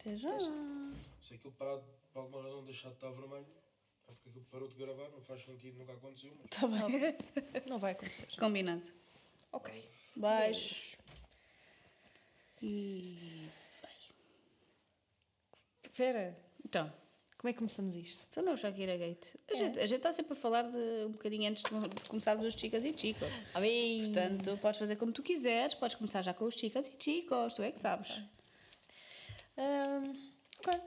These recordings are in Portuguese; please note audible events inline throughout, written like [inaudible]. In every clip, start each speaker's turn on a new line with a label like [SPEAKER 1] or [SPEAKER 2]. [SPEAKER 1] Até já.
[SPEAKER 2] Se aquilo parar, por alguma razão deixar de estar vermelho, é porque aquilo parou de gravar, não faz sentido, nunca aconteceu, mas
[SPEAKER 1] Está bem.
[SPEAKER 3] Não vai acontecer.
[SPEAKER 4] Combinado.
[SPEAKER 3] Ok.
[SPEAKER 1] Baixo. E.
[SPEAKER 3] Espera,
[SPEAKER 4] Então, É.
[SPEAKER 3] como é que começamos isto?
[SPEAKER 4] estou no Shakira Gate. A gente a gente está sempre a falar de um bocadinho antes de, de começarmos os chicas e chicos.
[SPEAKER 3] Amém!
[SPEAKER 4] Portanto, podes fazer como tu quiseres, podes começar já com os chicas e chicos, tu é que sabes.
[SPEAKER 3] Ahm, um, ok.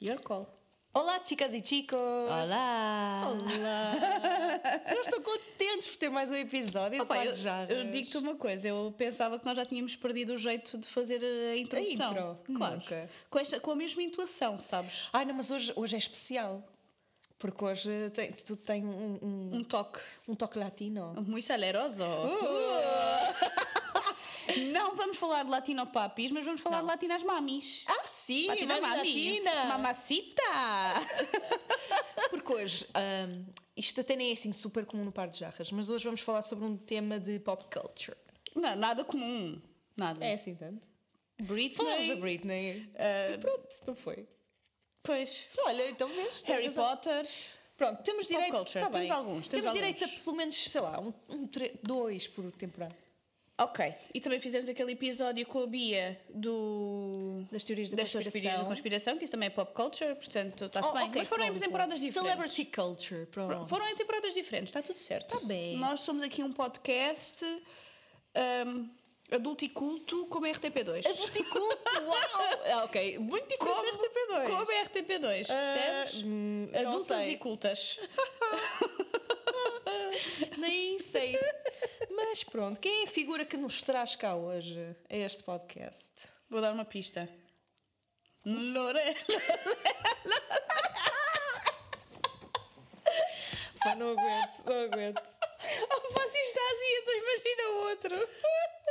[SPEAKER 4] Your call.
[SPEAKER 3] Olá, chicas e chicos!
[SPEAKER 4] Olá!
[SPEAKER 3] [laughs] Nós estou contentes por ter mais um episódio de Paz
[SPEAKER 4] eu,
[SPEAKER 3] de Jarras.
[SPEAKER 4] eu digo-te uma coisa, eu pensava que nós já tínhamos perdido o jeito de fazer eh, a introdução.
[SPEAKER 3] intro,
[SPEAKER 4] claro.
[SPEAKER 3] nunca.
[SPEAKER 4] Com, esta, com a mesma intuação, sabes?
[SPEAKER 3] Ai, não, mas hoje, hoje é especial. Porque hoje tem, tu tem um, um,
[SPEAKER 4] Um toque
[SPEAKER 3] um toque latino.
[SPEAKER 4] muito saleroso. Uh! [laughs] Não vamos falar de latino papis, mas vamos falar de latinas mamis.
[SPEAKER 3] Ah, sim!
[SPEAKER 4] latina
[SPEAKER 3] vamos
[SPEAKER 4] é mami.
[SPEAKER 3] latina.
[SPEAKER 4] Mamacita!
[SPEAKER 3] Ah, Porque hoje, ahm, isto até nem é assim super comum no Par de Jarras, mas hoje vamos falar sobre um tema de pop culture.
[SPEAKER 4] Não, nada comum. Nada.
[SPEAKER 3] assim tanto? Falamos
[SPEAKER 4] Britney.
[SPEAKER 3] da Britney.
[SPEAKER 4] ah,
[SPEAKER 3] E pronto, não foi.
[SPEAKER 4] pois.
[SPEAKER 3] Olha, então vês. tens
[SPEAKER 4] Harry
[SPEAKER 3] razão.
[SPEAKER 4] Potter.
[SPEAKER 3] Pronto, temos
[SPEAKER 4] Pop
[SPEAKER 3] direito.
[SPEAKER 4] culture,
[SPEAKER 3] tá
[SPEAKER 4] temos
[SPEAKER 3] bem.
[SPEAKER 4] alguns,
[SPEAKER 3] Temos,
[SPEAKER 4] temos
[SPEAKER 3] direito
[SPEAKER 4] alguns.
[SPEAKER 3] a pelo menos, sei lá, um, um tre- dois por temporada.
[SPEAKER 4] Ok. E também fizemos aquele episódio com a Bia do.
[SPEAKER 3] Das teorias da
[SPEAKER 4] das
[SPEAKER 3] conspiração.
[SPEAKER 4] teorias da conspiração, que isso também é pop culture, portanto está-se
[SPEAKER 3] Oh,
[SPEAKER 4] bem.
[SPEAKER 3] ok,
[SPEAKER 4] Mas foram em
[SPEAKER 3] pronto.
[SPEAKER 4] temporadas diferentes.
[SPEAKER 3] Celebrity culture, pronto.
[SPEAKER 4] Foram em temporadas diferentes, está tudo certo.
[SPEAKER 3] Tá bem.
[SPEAKER 4] Nós somos aqui um podcast hum, adulto e culto como a RTP2.
[SPEAKER 3] Adulticulto, [laughs] uau! Ah, ok, muito
[SPEAKER 4] como,
[SPEAKER 3] diferente da RTP2.
[SPEAKER 4] Como a RTP2,
[SPEAKER 3] Ah,
[SPEAKER 4] percebes?
[SPEAKER 3] hum, não
[SPEAKER 4] Adultas
[SPEAKER 3] sei.
[SPEAKER 4] e cultas.
[SPEAKER 3] Nem sei. Mas pronto, quem é a figura que nos traz cá hoje a este podcast?
[SPEAKER 4] Vou dar uma pista. Lorena.
[SPEAKER 3] Pá, não aguento, não [laughs] aguento.
[SPEAKER 4] Oh, vocês está assim, então [laughs] imagina o outro.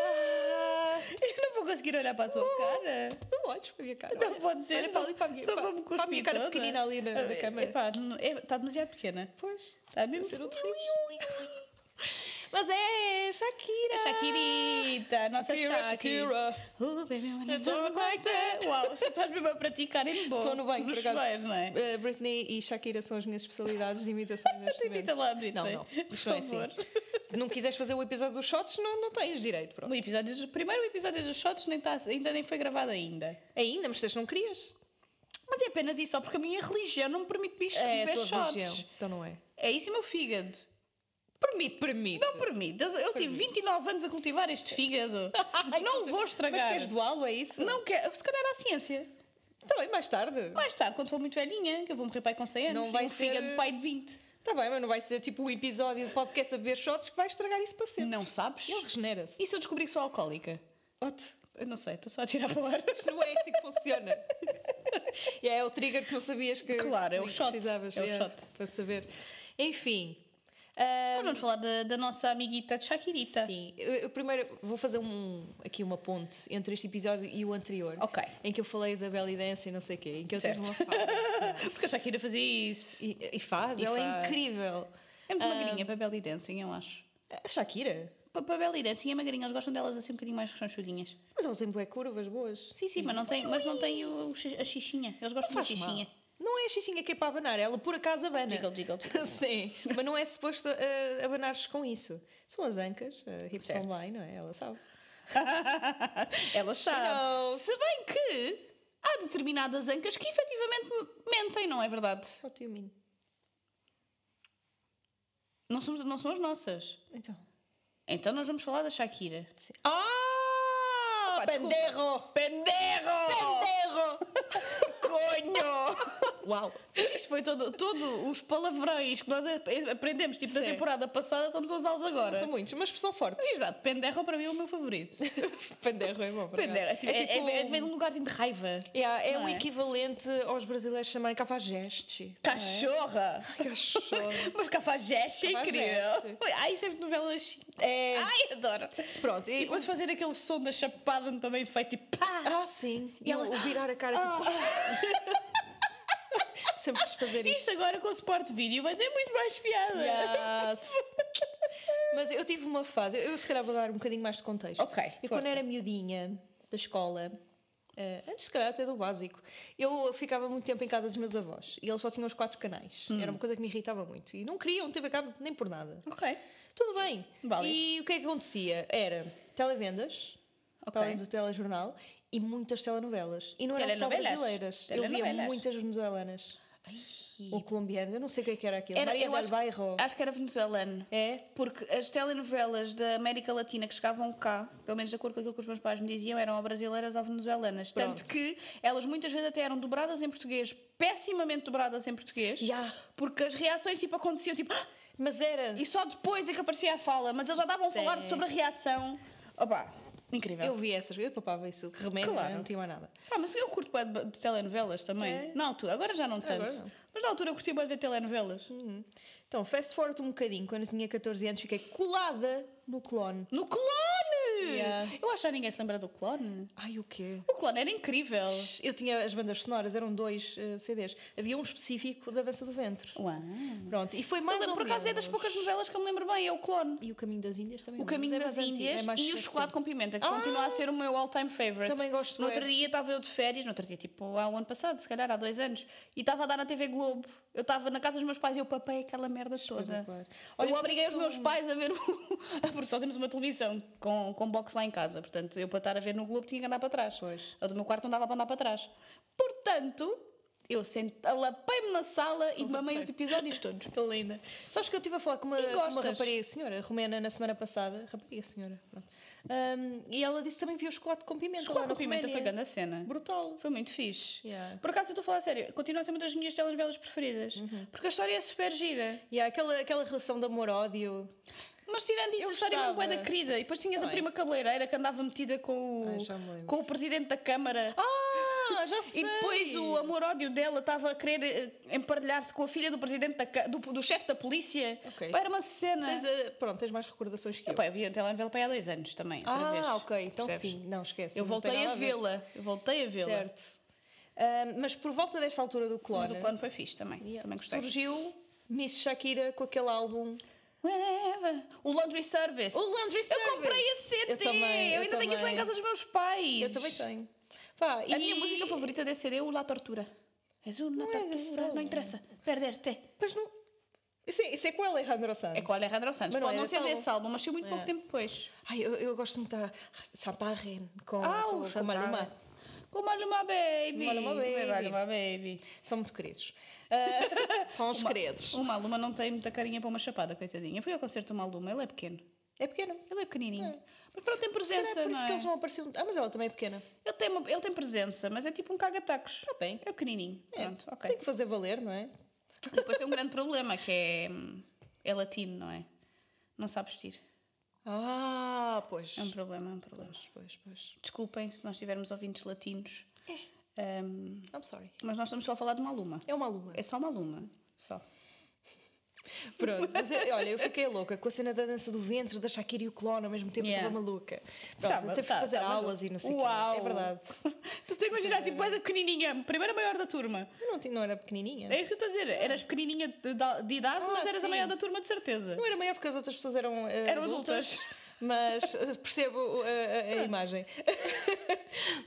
[SPEAKER 3] Ah,
[SPEAKER 4] Eu não vou conseguir olhar para a tua cara.
[SPEAKER 3] Não olhes para a minha cara.
[SPEAKER 4] Não
[SPEAKER 3] olha.
[SPEAKER 4] pode ser.
[SPEAKER 3] Olha para ali para a minha,
[SPEAKER 4] Então
[SPEAKER 3] para-
[SPEAKER 4] vamos
[SPEAKER 3] para a minha
[SPEAKER 4] cuspir
[SPEAKER 3] cara
[SPEAKER 4] toda.
[SPEAKER 3] pequenina ali na, na
[SPEAKER 4] Ah,
[SPEAKER 3] câmara.
[SPEAKER 4] epá, não- é- está demasiado pequena.
[SPEAKER 3] Pois.
[SPEAKER 4] Está
[SPEAKER 3] Vai
[SPEAKER 4] mesmo.
[SPEAKER 3] ser um outro rio. Mas é, Shakira!
[SPEAKER 4] A Shakirita, a nossa
[SPEAKER 3] Shakira,
[SPEAKER 4] Shakira.
[SPEAKER 3] Shakira.
[SPEAKER 4] Oh, baby, I wanna
[SPEAKER 3] I don't like that.
[SPEAKER 4] Uau, só estás mesmo a praticar em bom.
[SPEAKER 3] Estou no banho,
[SPEAKER 4] Nos
[SPEAKER 3] por acaso.
[SPEAKER 4] chuveiros, não é?
[SPEAKER 3] Eh, Britney e Shakira são as minhas especialidades de
[SPEAKER 4] [laughs]
[SPEAKER 3] imitações neste momento.
[SPEAKER 4] Imita lá, Britney,
[SPEAKER 3] Não, não.
[SPEAKER 4] por
[SPEAKER 3] Isto não é assim.
[SPEAKER 4] favor.
[SPEAKER 3] Não quiseres fazer o episódio dos shots, não, não tens direito, pronto.
[SPEAKER 4] O episódio dos- primeiro episódio dos shots nem tá- ainda nem foi gravado ainda.
[SPEAKER 3] Ainda, mas vocês não querias.
[SPEAKER 4] Mas é apenas isso, só porque a minha religião não me permite bicho
[SPEAKER 3] É,
[SPEAKER 4] beber
[SPEAKER 3] a tua
[SPEAKER 4] shots.
[SPEAKER 3] religião. Então não é.
[SPEAKER 4] É isso e meu fígado.
[SPEAKER 3] Permite, permite.
[SPEAKER 4] Não permite. Eu, eu tive 29 anos a cultivar este [laughs] fígado. não vou
[SPEAKER 3] Mas
[SPEAKER 4] estragar.
[SPEAKER 3] queres doá-lo, é isso?
[SPEAKER 4] Não quero. Se calhar à ciência.
[SPEAKER 3] Está bem, mais tarde.
[SPEAKER 4] Mais tarde, quando for muito velhinha, que eu vou morrer pai com 100 anos.
[SPEAKER 3] Não
[SPEAKER 4] e
[SPEAKER 3] vai
[SPEAKER 4] um
[SPEAKER 3] ser-
[SPEAKER 4] fígado de pai de 20.
[SPEAKER 3] Está bem, mas não vai ser tipo um episódio de podcast a beber shots que vai estragar isso para sempre.
[SPEAKER 4] Não sabes?
[SPEAKER 3] Ele regenera-se.
[SPEAKER 4] E se eu descobrir que sou alcoólica?
[SPEAKER 3] Ote.
[SPEAKER 4] Eu não sei, estou só a [laughs] tirar para o ar.
[SPEAKER 3] Isto não é assim que funciona. [laughs] E é o trigger que não sabias que.
[SPEAKER 4] Claro, é o
[SPEAKER 3] que
[SPEAKER 4] shot.
[SPEAKER 3] Precisavas,
[SPEAKER 4] É o
[SPEAKER 3] é,
[SPEAKER 4] shot.
[SPEAKER 3] Para saber. Enfim. ah,
[SPEAKER 4] Vamos falar da, da nossa amiguita de Shakirita.
[SPEAKER 3] Sim, eu, eu primeiro vou fazer um, aqui uma ponte entre este episódio e o anterior.
[SPEAKER 4] Ok.
[SPEAKER 3] Em que eu falei da belly dance e não sei o quê, em que eu tive
[SPEAKER 4] Certo.
[SPEAKER 3] uma fase.
[SPEAKER 4] Porque a Shakira fazia isso.
[SPEAKER 3] E, e
[SPEAKER 4] [laughs]
[SPEAKER 3] faz,
[SPEAKER 4] E
[SPEAKER 3] ela
[SPEAKER 4] faz.
[SPEAKER 3] é incrível.
[SPEAKER 4] É muito magrinha para Belly Dancing, eu acho.
[SPEAKER 3] A Shakira.
[SPEAKER 4] Para, para Belly Dancing é magrinha, eles gostam delas assim um bocadinho mais rechonchudinhas.
[SPEAKER 3] Mas ela tem bué curvas boas.
[SPEAKER 4] Sim, sim, mas não tem, mas não tem o, o chi- a xixinha. Eles gostam da
[SPEAKER 3] Faz mal.
[SPEAKER 4] xixinha.
[SPEAKER 3] Não é a xixinha que é para abanar, ela por acaso abana.
[SPEAKER 4] Jiggle, jiggle, jiggle.
[SPEAKER 3] [laughs] Sim, mas não é suposto eh, abanar-se com isso. São as ancas, a hips
[SPEAKER 4] Certo.
[SPEAKER 3] online, não é? Ela sabe.
[SPEAKER 4] [laughs] Ela sabe.
[SPEAKER 3] knows.
[SPEAKER 4] Se bem que há determinadas ancas que efetivamente mentem, não é verdade?
[SPEAKER 3] What do you mean?
[SPEAKER 4] Não, somos, não são as nossas.
[SPEAKER 3] Então.
[SPEAKER 4] Então nós vamos falar da Shakira.
[SPEAKER 3] Ah!
[SPEAKER 4] Opa, desculpa.
[SPEAKER 3] penderro!
[SPEAKER 4] Penderro!
[SPEAKER 3] Penderro!
[SPEAKER 4] [laughs] Conho!
[SPEAKER 3] Uau!
[SPEAKER 4] Isto foi todo, todo os palavrões que nós a- aprendemos, tipo da
[SPEAKER 3] Sim.
[SPEAKER 4] temporada passada, estamos a usá-los
[SPEAKER 3] Não são
[SPEAKER 4] agora.
[SPEAKER 3] muitos, mas
[SPEAKER 4] [laughs]
[SPEAKER 3] são fortes.
[SPEAKER 4] Exato, penderro para mim [laughs] é o meu favorito.
[SPEAKER 3] Penderro é bom. por
[SPEAKER 4] Penderro, é,
[SPEAKER 3] acaso.
[SPEAKER 4] tipo, é,
[SPEAKER 3] tipo-
[SPEAKER 4] é- é- vem de um lugarzinho de raiva.
[SPEAKER 3] Yeah, é
[SPEAKER 4] Não
[SPEAKER 3] o
[SPEAKER 4] é?
[SPEAKER 3] equivalente aos brasileiros chamarem cafajeste.
[SPEAKER 4] Cachorra! [laughs]
[SPEAKER 3] Cachorro.
[SPEAKER 4] Mas Cafajeste é
[SPEAKER 3] Cafajeste.
[SPEAKER 4] incrível. Ai, sempre novelas assim.
[SPEAKER 3] É.
[SPEAKER 4] Ai, adoro.
[SPEAKER 3] Pronto,
[SPEAKER 4] E
[SPEAKER 3] e,
[SPEAKER 4] depois fazer aquele som da chapada também feito tipo pá!
[SPEAKER 3] Ah, sim. E
[SPEAKER 4] E ela-
[SPEAKER 3] o virar a cara, tipo. [laughs] Sempre quis fazer isso.
[SPEAKER 4] Isto agora com o suporte vídeo vai ter muito mais piada.
[SPEAKER 3] Yes. Mas eu tive uma fase, eu se calhar vou dar um bocadinho mais de contexto.
[SPEAKER 4] Ok,
[SPEAKER 3] Eu quando
[SPEAKER 4] força.
[SPEAKER 3] era miudinha da escola, Eh, antes, se calhar, até do básico. Eu ficava muito tempo em casa dos meus avós e eles só tinham os quatro canais. Era uma coisa que me irritava muito. E não queriam TV a cabo nem por nada.
[SPEAKER 4] Ok.
[SPEAKER 3] Tudo bem.
[SPEAKER 4] Válido.
[SPEAKER 3] E o que é que acontecia? Era televendas,
[SPEAKER 4] Ok.
[SPEAKER 3] para além do telejornal, e muitas telenovelas. E não eram só
[SPEAKER 4] Telenovelas.
[SPEAKER 3] brasileiras. Eu via
[SPEAKER 4] Telenovelas.
[SPEAKER 3] muitas venezuelanas. Ou colombianas, eu não sei o que é que era aquilo.
[SPEAKER 4] Era,
[SPEAKER 3] Era, Maria
[SPEAKER 4] eu
[SPEAKER 3] del
[SPEAKER 4] acho,
[SPEAKER 3] Bairro.
[SPEAKER 4] acho que era venezuelano.
[SPEAKER 3] É?
[SPEAKER 4] Porque as telenovelas da América Latina que chegavam cá, pelo menos de acordo com aquilo que os meus pais me diziam, eram ou brasileiras ou venezuelanas. Tanto
[SPEAKER 3] Pronto.
[SPEAKER 4] que elas muitas vezes até eram dobradas em português, pessimamente dobradas em português,
[SPEAKER 3] Ya.
[SPEAKER 4] porque as reações tipo aconteciam tipo. "Ah!"
[SPEAKER 3] Mas era.
[SPEAKER 4] E só depois é que aparecia a fala, mas eles já davam a falar
[SPEAKER 3] Sério?
[SPEAKER 4] sobre a reação. Opa, incrível.
[SPEAKER 3] Eu via essas coisas, eu papava isso de remédio,
[SPEAKER 4] Claro.
[SPEAKER 3] não, é? não tinha mais nada.
[SPEAKER 4] Ah, mas eu curto bué de, de telenovelas também.
[SPEAKER 3] É?
[SPEAKER 4] Na altura, agora já não tanto.
[SPEAKER 3] Agora não.
[SPEAKER 4] Mas na altura eu curti bué de ver telenovelas.
[SPEAKER 3] Uhum. Então, fast forward um bocadinho, quando eu tinha 14 anos, fiquei colada no clone.
[SPEAKER 4] No clone!
[SPEAKER 3] Ya.
[SPEAKER 4] Eu acho que já ninguém se lembra do clone.
[SPEAKER 3] Ai, o quê?
[SPEAKER 4] O clone era incrível.
[SPEAKER 3] Eu tinha as bandas sonoras, eram dois eh, CDs. Havia um específico da dança do ventre.
[SPEAKER 4] Uau.
[SPEAKER 3] Pronto, e foi
[SPEAKER 4] Eu
[SPEAKER 3] mais
[SPEAKER 4] lembro,
[SPEAKER 3] ou
[SPEAKER 4] por acaso é das
[SPEAKER 3] menos.
[SPEAKER 4] poucas novelas que eu me lembro bem, é o clone.
[SPEAKER 3] E o Caminho das Índias também.
[SPEAKER 4] O Caminho das Índias e o Chocolate com Pimenta, que
[SPEAKER 3] é Ah!
[SPEAKER 4] continua a ser o meu all-time favorite.
[SPEAKER 3] Também gosto
[SPEAKER 4] No
[SPEAKER 3] bué.
[SPEAKER 4] outro dia estava eu de férias, no outro dia, tipo, há um ano passado, se calhar, há dois anos, e estava a dar na TV Globo. Eu estava na casa dos meus pais e eu papei aquela merda toda.
[SPEAKER 3] Espetacular. Olha,
[SPEAKER 4] Eu obriguei os
[SPEAKER 3] começou-
[SPEAKER 4] meus pais a ver [laughs] o... Porque só temos uma televisão com, com box lá em casa, portanto, eu para estar a ver no Globo tinha que andar para trás.
[SPEAKER 3] Pois.
[SPEAKER 4] A do meu quarto não dava para andar para trás. Portanto... Eu sent... alapei-me na sala e mamei os episódios todos.
[SPEAKER 3] Tão linda. Sabes que eu estive a falar com uma,
[SPEAKER 4] E
[SPEAKER 3] com uma
[SPEAKER 4] gostas?
[SPEAKER 3] rapariga, senhora, romena, na semana passada. Rapariga, senhora. Pronto. Ahm, e ela disse que também viu o chocolate com pimenta.
[SPEAKER 4] Escola
[SPEAKER 3] lá
[SPEAKER 4] com
[SPEAKER 3] na
[SPEAKER 4] Pimenta foi
[SPEAKER 3] Roménia.
[SPEAKER 4] grande a cena.
[SPEAKER 3] Brutal.
[SPEAKER 4] Foi muito fixe.
[SPEAKER 3] Yeah.
[SPEAKER 4] Por acaso, eu estou a falar a sério, continua a ser uma das minhas telenovelas preferidas.
[SPEAKER 3] Uhum.
[SPEAKER 4] Porque a história é super gira.
[SPEAKER 3] E há aquela, aquela relação de amor-ódio.
[SPEAKER 4] Mas tirando isso,
[SPEAKER 3] Eu
[SPEAKER 4] a história é uma
[SPEAKER 3] gostava.
[SPEAKER 4] boeda querida. E depois tinhas a
[SPEAKER 3] Também.
[SPEAKER 4] prima cabeleireira que andava metida com
[SPEAKER 3] Ai, já me
[SPEAKER 4] o,
[SPEAKER 3] lembro.
[SPEAKER 4] com o presidente da Câmara.
[SPEAKER 3] Ah, [laughs] já sei.
[SPEAKER 4] E depois o amor-ódio dela estava a querer eh, emparelhar-se com a filha do presidente da, Ca- do, do chefe da polícia.
[SPEAKER 3] Ok.
[SPEAKER 4] Pá, Era uma cena.
[SPEAKER 3] Tens, ah, pronto, tens mais recordações que eu.
[SPEAKER 4] Epá, eu vi a telenovela para aí há dois anos também. é outra
[SPEAKER 3] ah,
[SPEAKER 4] vez.
[SPEAKER 3] ok. Então
[SPEAKER 4] Percebes?
[SPEAKER 3] sim. Não, esquece.
[SPEAKER 4] Eu
[SPEAKER 3] não tem
[SPEAKER 4] voltei
[SPEAKER 3] nada
[SPEAKER 4] a
[SPEAKER 3] ver.
[SPEAKER 4] vê-la. Eu voltei a vê-la.
[SPEAKER 3] Certo. Ahm, mas por volta desta altura do clone,
[SPEAKER 4] Mas o plano foi fixe também.
[SPEAKER 3] yeah,
[SPEAKER 4] Também gostei.
[SPEAKER 3] surgiu Miss Shakira com aquele álbum.
[SPEAKER 4] Whatever. O Laundry Service.
[SPEAKER 3] O Laundry
[SPEAKER 4] Eu comprei a
[SPEAKER 3] Service.
[SPEAKER 4] CD.
[SPEAKER 3] Eu também,
[SPEAKER 4] Eu
[SPEAKER 3] eu
[SPEAKER 4] ainda tenho isso lá em
[SPEAKER 3] também.
[SPEAKER 4] casa dos meus pais.
[SPEAKER 3] Eu também tenho. Pá,
[SPEAKER 4] A minha música favorita desse CD é o La Tortura. És uma
[SPEAKER 3] Não é desse
[SPEAKER 4] tortura.
[SPEAKER 3] álbum.
[SPEAKER 4] não interessa. Perder-te.
[SPEAKER 3] Pois não. Isso é, isso é com ela, Alejandro Sanz.
[SPEAKER 4] É com o Alejandro Santos.
[SPEAKER 3] Mas não
[SPEAKER 4] Pode
[SPEAKER 3] é
[SPEAKER 4] não
[SPEAKER 3] desse
[SPEAKER 4] ser desse
[SPEAKER 3] álbum.
[SPEAKER 4] álbum, mas saiu muito pouco
[SPEAKER 3] É.
[SPEAKER 4] tempo depois.
[SPEAKER 3] Ai, eu, eu gosto muito da Chantarren com,
[SPEAKER 4] Ah,
[SPEAKER 3] com,
[SPEAKER 4] o
[SPEAKER 3] com Maluma.
[SPEAKER 4] Chantal. Com Maluma Baby.
[SPEAKER 3] Maluma Baby.
[SPEAKER 4] Maluma Baby.
[SPEAKER 3] São muito queridos. [laughs] Ah, são uns queridos.
[SPEAKER 4] O Maluma não tem muita carinha para uma chapada, coitadinha. Eu fui ao concerto do Maluma, ele é pequeno.
[SPEAKER 3] É pequena.
[SPEAKER 4] Ele é pequenininho. Mas pronto, tem
[SPEAKER 3] Se calhar
[SPEAKER 4] presença,
[SPEAKER 3] é por
[SPEAKER 4] não
[SPEAKER 3] isso
[SPEAKER 4] é?
[SPEAKER 3] que eles não apareciam. Ah, mas ela também é pequena.
[SPEAKER 4] Ele tem, uma- ele tem presença, mas é tipo um caga-tacos.
[SPEAKER 3] Está Tá bem.
[SPEAKER 4] É pequenininho.
[SPEAKER 3] É.
[SPEAKER 4] Pronto, ok.
[SPEAKER 3] Tem que fazer valer, não é?
[SPEAKER 4] Depois tem um grande problema que é. hum, É latino, não é? Não sabe vestir.
[SPEAKER 3] Ah, pois.
[SPEAKER 4] É um problema, é um problema.
[SPEAKER 3] Pois, pois, pois.
[SPEAKER 4] Desculpem se nós tivermos ouvintes latinos.
[SPEAKER 3] É.
[SPEAKER 4] Hum,
[SPEAKER 3] I'm sorry.
[SPEAKER 4] mas nós estamos só a falar de uma aluma.
[SPEAKER 3] É uma aluna.
[SPEAKER 4] É só uma aluma. Só.
[SPEAKER 3] Pronto, mas eh, olha, eu fiquei louca com a cena da dança do ventre, da Shakira e o clone ao mesmo tempo,
[SPEAKER 4] Yeah.
[SPEAKER 3] toda maluca. Pronto,
[SPEAKER 4] Sabe,
[SPEAKER 3] teve
[SPEAKER 4] tá,
[SPEAKER 3] que fazer
[SPEAKER 4] tá, mas-
[SPEAKER 3] aulas e não sei o quê.
[SPEAKER 4] Uau!
[SPEAKER 3] É verdade.
[SPEAKER 4] [laughs]
[SPEAKER 3] É
[SPEAKER 4] tu estás a imaginar, tipo, és a pequenininha, primeira maior da turma.
[SPEAKER 3] Eu não, ti- não era pequenininha.
[SPEAKER 4] É isso que eu estou a dizer. Eras pequenininha de, da- de idade,
[SPEAKER 3] Ah,
[SPEAKER 4] mas eras a
[SPEAKER 3] sim.
[SPEAKER 4] maior da turma, de certeza.
[SPEAKER 3] Não era maior porque as outras pessoas eram, eh,
[SPEAKER 4] Eram
[SPEAKER 3] [laughs] mas eh, percebo eh, a, a imagem.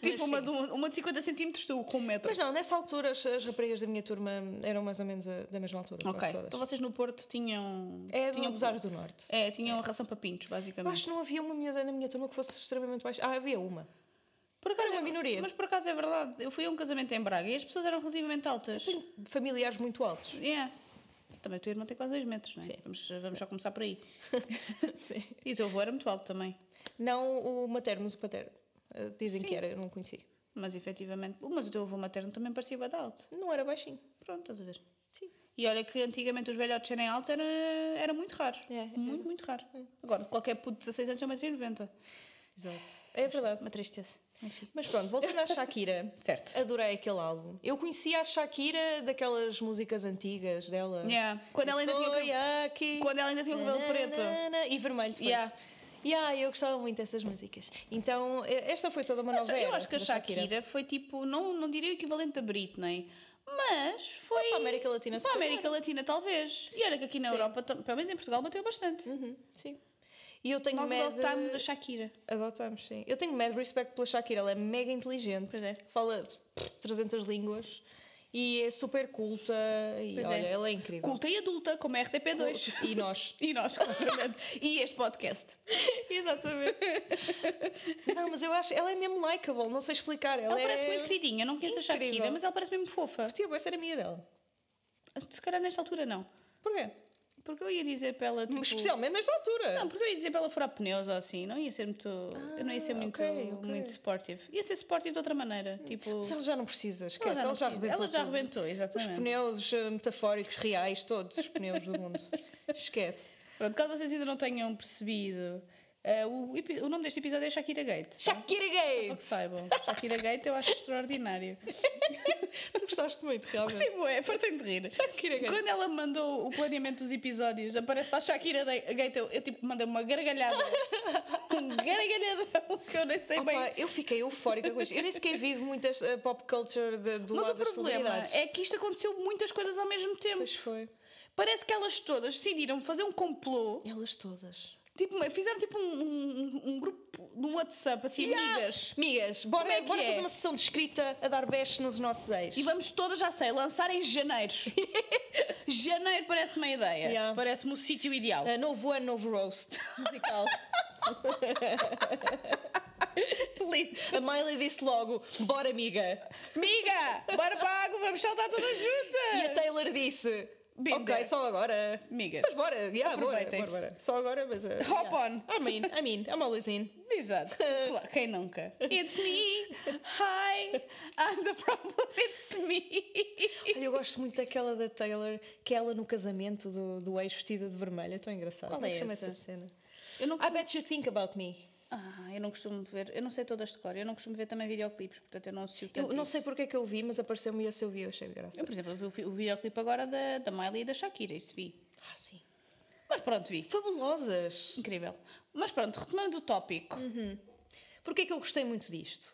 [SPEAKER 4] Tipo,
[SPEAKER 3] Mas
[SPEAKER 4] uma
[SPEAKER 3] sim.
[SPEAKER 4] de, um- uma de 50 centímetros, tu com um metro.
[SPEAKER 3] Mas não, nessa altura as, as raparigas da minha turma eram mais ou menos a- da mesma altura,
[SPEAKER 4] ok.
[SPEAKER 3] quase todas.
[SPEAKER 4] Então um vocês no Porto tinham.
[SPEAKER 3] É do,
[SPEAKER 4] tinham
[SPEAKER 3] dos ares do norte.
[SPEAKER 4] É, tinham ração para pintos,
[SPEAKER 3] Eu
[SPEAKER 4] basicamente.
[SPEAKER 3] acho que não havia uma miúda na minha turma que fosse extremamente baixa. Ah, havia uma.
[SPEAKER 4] Por acaso
[SPEAKER 3] Era uma
[SPEAKER 4] é-
[SPEAKER 3] minoria.
[SPEAKER 4] Mas por acaso é verdade. Eu fui a um casamento em Braga e as pessoas eram relativamente altas.
[SPEAKER 3] Tenho familiares muito
[SPEAKER 4] [laughs]
[SPEAKER 3] altos.
[SPEAKER 4] É. Também o teu irmão tem quase 2 metros, não é? Vamos, vamos já começar por aí.
[SPEAKER 3] Sim.
[SPEAKER 4] E o teu avô era muito alto também.
[SPEAKER 3] Não o materno, mas o paterno. Eh, Dizem
[SPEAKER 4] Sim.
[SPEAKER 3] que era, eu não conheci.
[SPEAKER 4] Mas efetivamente. Mas o teu avô materno também parecia bada alto.
[SPEAKER 3] Não era baixinho.
[SPEAKER 4] Pronto, estás a ver.
[SPEAKER 3] Sim.
[SPEAKER 4] E olha que antigamente os velhotes serem altos era, era muito raro.
[SPEAKER 3] É,
[SPEAKER 4] muito, muito raro. Agora, qualquer puto de 16 anos é 1,90m.
[SPEAKER 3] Exato. É verdade.
[SPEAKER 4] Uma tristeza. Enfim.
[SPEAKER 3] Mas pronto, voltando à Shakira.
[SPEAKER 4] Certo.
[SPEAKER 3] Adorei aquele álbum. Eu conhecia a Shakira daquelas músicas antigas dela.
[SPEAKER 4] Yeah. Quando ela ainda tinha o
[SPEAKER 3] Estou
[SPEAKER 4] cabelo-
[SPEAKER 3] aqui.
[SPEAKER 4] quando ela ainda tinha o cabelo preto.
[SPEAKER 3] E vermelho. depois.
[SPEAKER 4] Yeah.
[SPEAKER 3] Yeah, eu gostava muito dessas músicas. Então, e- esta foi toda uma
[SPEAKER 4] Acho-
[SPEAKER 3] nova
[SPEAKER 4] eu
[SPEAKER 3] era
[SPEAKER 4] acho que a
[SPEAKER 3] da
[SPEAKER 4] Shakira, foi tipo, não, não diria o equivalente da Britney, mas foi.
[SPEAKER 3] para a América Latina, se
[SPEAKER 4] Para a
[SPEAKER 3] calhar.
[SPEAKER 4] América Latina, talvez. E olha que aqui na
[SPEAKER 3] Sim.
[SPEAKER 4] Europa, tam- pelo menos em Portugal, bateu bastante.
[SPEAKER 3] Uhum, sim. E eu tenho
[SPEAKER 4] Nós
[SPEAKER 3] medo.
[SPEAKER 4] adotámos a Shakira.
[SPEAKER 3] Adotamos, sim. Eu tenho mad respect pela Shakira, ela é mega inteligente.
[SPEAKER 4] Pois é.
[SPEAKER 3] Fala pff, 300 línguas e é super culta. E
[SPEAKER 4] Pois é.
[SPEAKER 3] olha, ela é incrível.
[SPEAKER 4] Culta e adulta, como a RTP2.
[SPEAKER 3] E nós.
[SPEAKER 4] E nós, [laughs] claramente. e este podcast.
[SPEAKER 3] [laughs] Exatamente. Não, mas eu acho, ela é mesmo likeable, não sei explicar. Ela,
[SPEAKER 4] Ela parece
[SPEAKER 3] é...
[SPEAKER 4] muito queridinha. Eu Não conheço a Shakira,
[SPEAKER 3] incrível.
[SPEAKER 4] mas ela parece mesmo fofa.
[SPEAKER 3] Curtia bué ser amiga dela.
[SPEAKER 4] Se calhar nesta altura não.
[SPEAKER 3] Porquê?
[SPEAKER 4] Porque eu ia dizer para ela. Tipo,
[SPEAKER 3] Especialmente nesta altura.
[SPEAKER 4] Não, porque eu ia dizer para ela furar pneus ou assim. Não ia ser muito. eu não ia ser
[SPEAKER 3] Ah,
[SPEAKER 4] muito,
[SPEAKER 3] ok, ok.
[SPEAKER 4] muito supportive. Ia ser supportive de outra maneira. Tipo.
[SPEAKER 3] Mas ela já não precisa, esquece. Ela já,
[SPEAKER 4] não precisa.
[SPEAKER 3] arrebentou
[SPEAKER 4] ela já
[SPEAKER 3] tudo.
[SPEAKER 4] arrebentou,
[SPEAKER 3] Os
[SPEAKER 4] exatamente.
[SPEAKER 3] pneus eh, metafóricos, reais, todos os pneus do [laughs] mundo. Esquece.
[SPEAKER 4] Pronto, caso vocês ainda não tenham percebido, eh, o, epi- o nome deste episódio é Shakira Gate.
[SPEAKER 3] Shakira
[SPEAKER 4] Só que
[SPEAKER 3] Gates!
[SPEAKER 4] saibam. Shakira Gate eu acho
[SPEAKER 3] [laughs]
[SPEAKER 4] extraordinário.
[SPEAKER 3] Tu gostaste muito, realmente.
[SPEAKER 4] Sim, é, fartei-me de rir.
[SPEAKER 3] Shakira Gate.
[SPEAKER 4] Quando ela mandou o planeamento dos episódios, aparece lá Shakira da- Gate, eu, eu, tipo mandei uma
[SPEAKER 3] [laughs]
[SPEAKER 4] gargalhada. um gargalhadão que eu nem sei
[SPEAKER 3] Opa,
[SPEAKER 4] bem.
[SPEAKER 3] eu fiquei eufórica com isto. Eu nem sequer vivo muito a a pop culture de, do
[SPEAKER 4] Mas o
[SPEAKER 3] lado das
[SPEAKER 4] problema
[SPEAKER 3] celebridades.
[SPEAKER 4] é que isto aconteceu muitas coisas ao mesmo tempo.
[SPEAKER 3] Pois foi.
[SPEAKER 4] Parece que elas todas decidiram fazer um complô.
[SPEAKER 3] Elas todas.
[SPEAKER 4] Tipo, fizeram tipo um, um- um grupo no WhatsApp, assim, amigas.
[SPEAKER 3] Migas, bora,
[SPEAKER 4] Como é que
[SPEAKER 3] bora
[SPEAKER 4] é?
[SPEAKER 3] fazer uma sessão de escrita a dar best nos nossos ex.
[SPEAKER 4] E vamos todas, já sei, lançar em janeiro.
[SPEAKER 3] [laughs]
[SPEAKER 4] janeiro parece uma ideia.
[SPEAKER 3] Yeah.
[SPEAKER 4] Parece-me o sítio ideal.
[SPEAKER 3] Ah, novo ano, novo roast
[SPEAKER 4] [laughs]
[SPEAKER 3] [laughs] musical.
[SPEAKER 4] Lindo.
[SPEAKER 3] a Miley disse logo: bora, amiga.
[SPEAKER 4] Amiga, bora para a água, vamos saltar todas juntas.
[SPEAKER 3] E a Taylor disse:
[SPEAKER 4] Binda.
[SPEAKER 3] Ok, só agora.
[SPEAKER 4] Amigas.
[SPEAKER 3] Mas bora, yeah, bora, bora,
[SPEAKER 4] Aproveitem-se.
[SPEAKER 3] bora. Só agora, mas. uh,
[SPEAKER 4] Hop
[SPEAKER 3] yeah.
[SPEAKER 4] on.
[SPEAKER 3] I mean, I mean, I'm always
[SPEAKER 4] [laughs]
[SPEAKER 3] in. [laughs]
[SPEAKER 4] Exato. Claro, Quem nunca? It's me. Hi. I'm the problem. It's me.
[SPEAKER 3] Eu gosto muito daquela da Taylor, que é ela no casamento do, do ex vestida de vermelho. É tão engraçado.
[SPEAKER 4] Qual
[SPEAKER 3] Como
[SPEAKER 4] é
[SPEAKER 3] que chama
[SPEAKER 4] essa?
[SPEAKER 3] cena?
[SPEAKER 4] Eu não
[SPEAKER 3] I bet you think about me.
[SPEAKER 4] Ah, eu não costumo ver, eu não sei todas de cor, eu não costumo ver também videoclipes, portanto eu não associo tanto
[SPEAKER 3] Eu não sei
[SPEAKER 4] isso.
[SPEAKER 3] porque é que eu vi, mas apareceu-me esse eu vi, eu achei graça.
[SPEAKER 4] Eu, por exemplo, eu vi o, vi- o videoclipe agora da, da Miley e da Shakira, isso vi.
[SPEAKER 3] Ah, sim.
[SPEAKER 4] Mas pronto, vi.
[SPEAKER 3] Fabulosas!
[SPEAKER 4] Incrível. Mas pronto, retomando o tópico.
[SPEAKER 3] Uhum. Porquê é que eu gostei muito disto?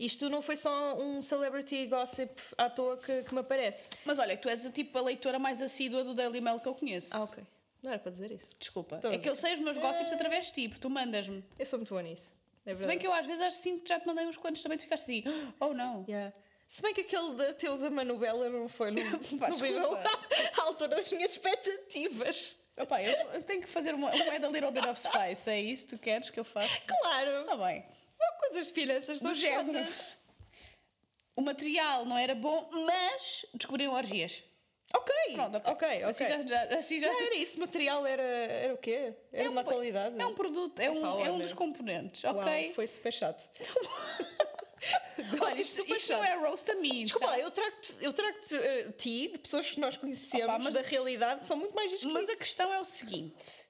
[SPEAKER 3] Isto não foi só um celebrity gossip à toa que, que me aparece.
[SPEAKER 4] Mas olha, tu és tipo a leitora mais assídua do Daily Mail que eu conheço.
[SPEAKER 3] Ah, ok. Então, Não era para dizer isso.
[SPEAKER 4] Desculpa.
[SPEAKER 3] Tô a
[SPEAKER 4] é que eu
[SPEAKER 3] dizer.
[SPEAKER 4] sei os meus gossips através de ti, porque tu mandas-me.
[SPEAKER 3] Eu sou muito boa nisso. É
[SPEAKER 4] Se bem que eu às vezes acho que sinto que já te mandei uns quantos também tu ficaste assim, oh não.
[SPEAKER 3] Yeah. Se bem que aquele da, teu da Manubela não
[SPEAKER 4] [laughs]
[SPEAKER 3] foi no,
[SPEAKER 4] Pá,
[SPEAKER 3] não viveu
[SPEAKER 4] desculpa.
[SPEAKER 3] à altura das minhas expectativas.
[SPEAKER 4] Opa, eu eu tenho que fazer uma, uma da Little Bit of Spice, é isso que tu queres que eu faça?
[SPEAKER 3] Claro!
[SPEAKER 4] Está bem.
[SPEAKER 3] Há coisas de finanças
[SPEAKER 4] Do
[SPEAKER 3] tão
[SPEAKER 4] género.
[SPEAKER 3] chatas.
[SPEAKER 4] O material não era bom, mas descobriram orgias.
[SPEAKER 3] Ok!
[SPEAKER 4] Pronto,
[SPEAKER 3] ok, ok.
[SPEAKER 4] Assim já, já- assim já-
[SPEAKER 3] Não era isso, material era, era o quê? Era uma
[SPEAKER 4] um-
[SPEAKER 3] qualidade.
[SPEAKER 4] É um produto, é um,
[SPEAKER 3] Epá,
[SPEAKER 4] é um
[SPEAKER 3] olha.
[SPEAKER 4] dos componentes,
[SPEAKER 3] Uau,
[SPEAKER 4] ok?
[SPEAKER 3] foi super chato.
[SPEAKER 4] [laughs] Olha, isto, isto não é roast a mim.
[SPEAKER 3] Desculpa lá, eu trago-te eu trago ti de pessoas que nós conhecemos
[SPEAKER 4] Opa, mas-
[SPEAKER 3] da realidade que são muito mais discretas.
[SPEAKER 4] Mas a questão é o seguinte: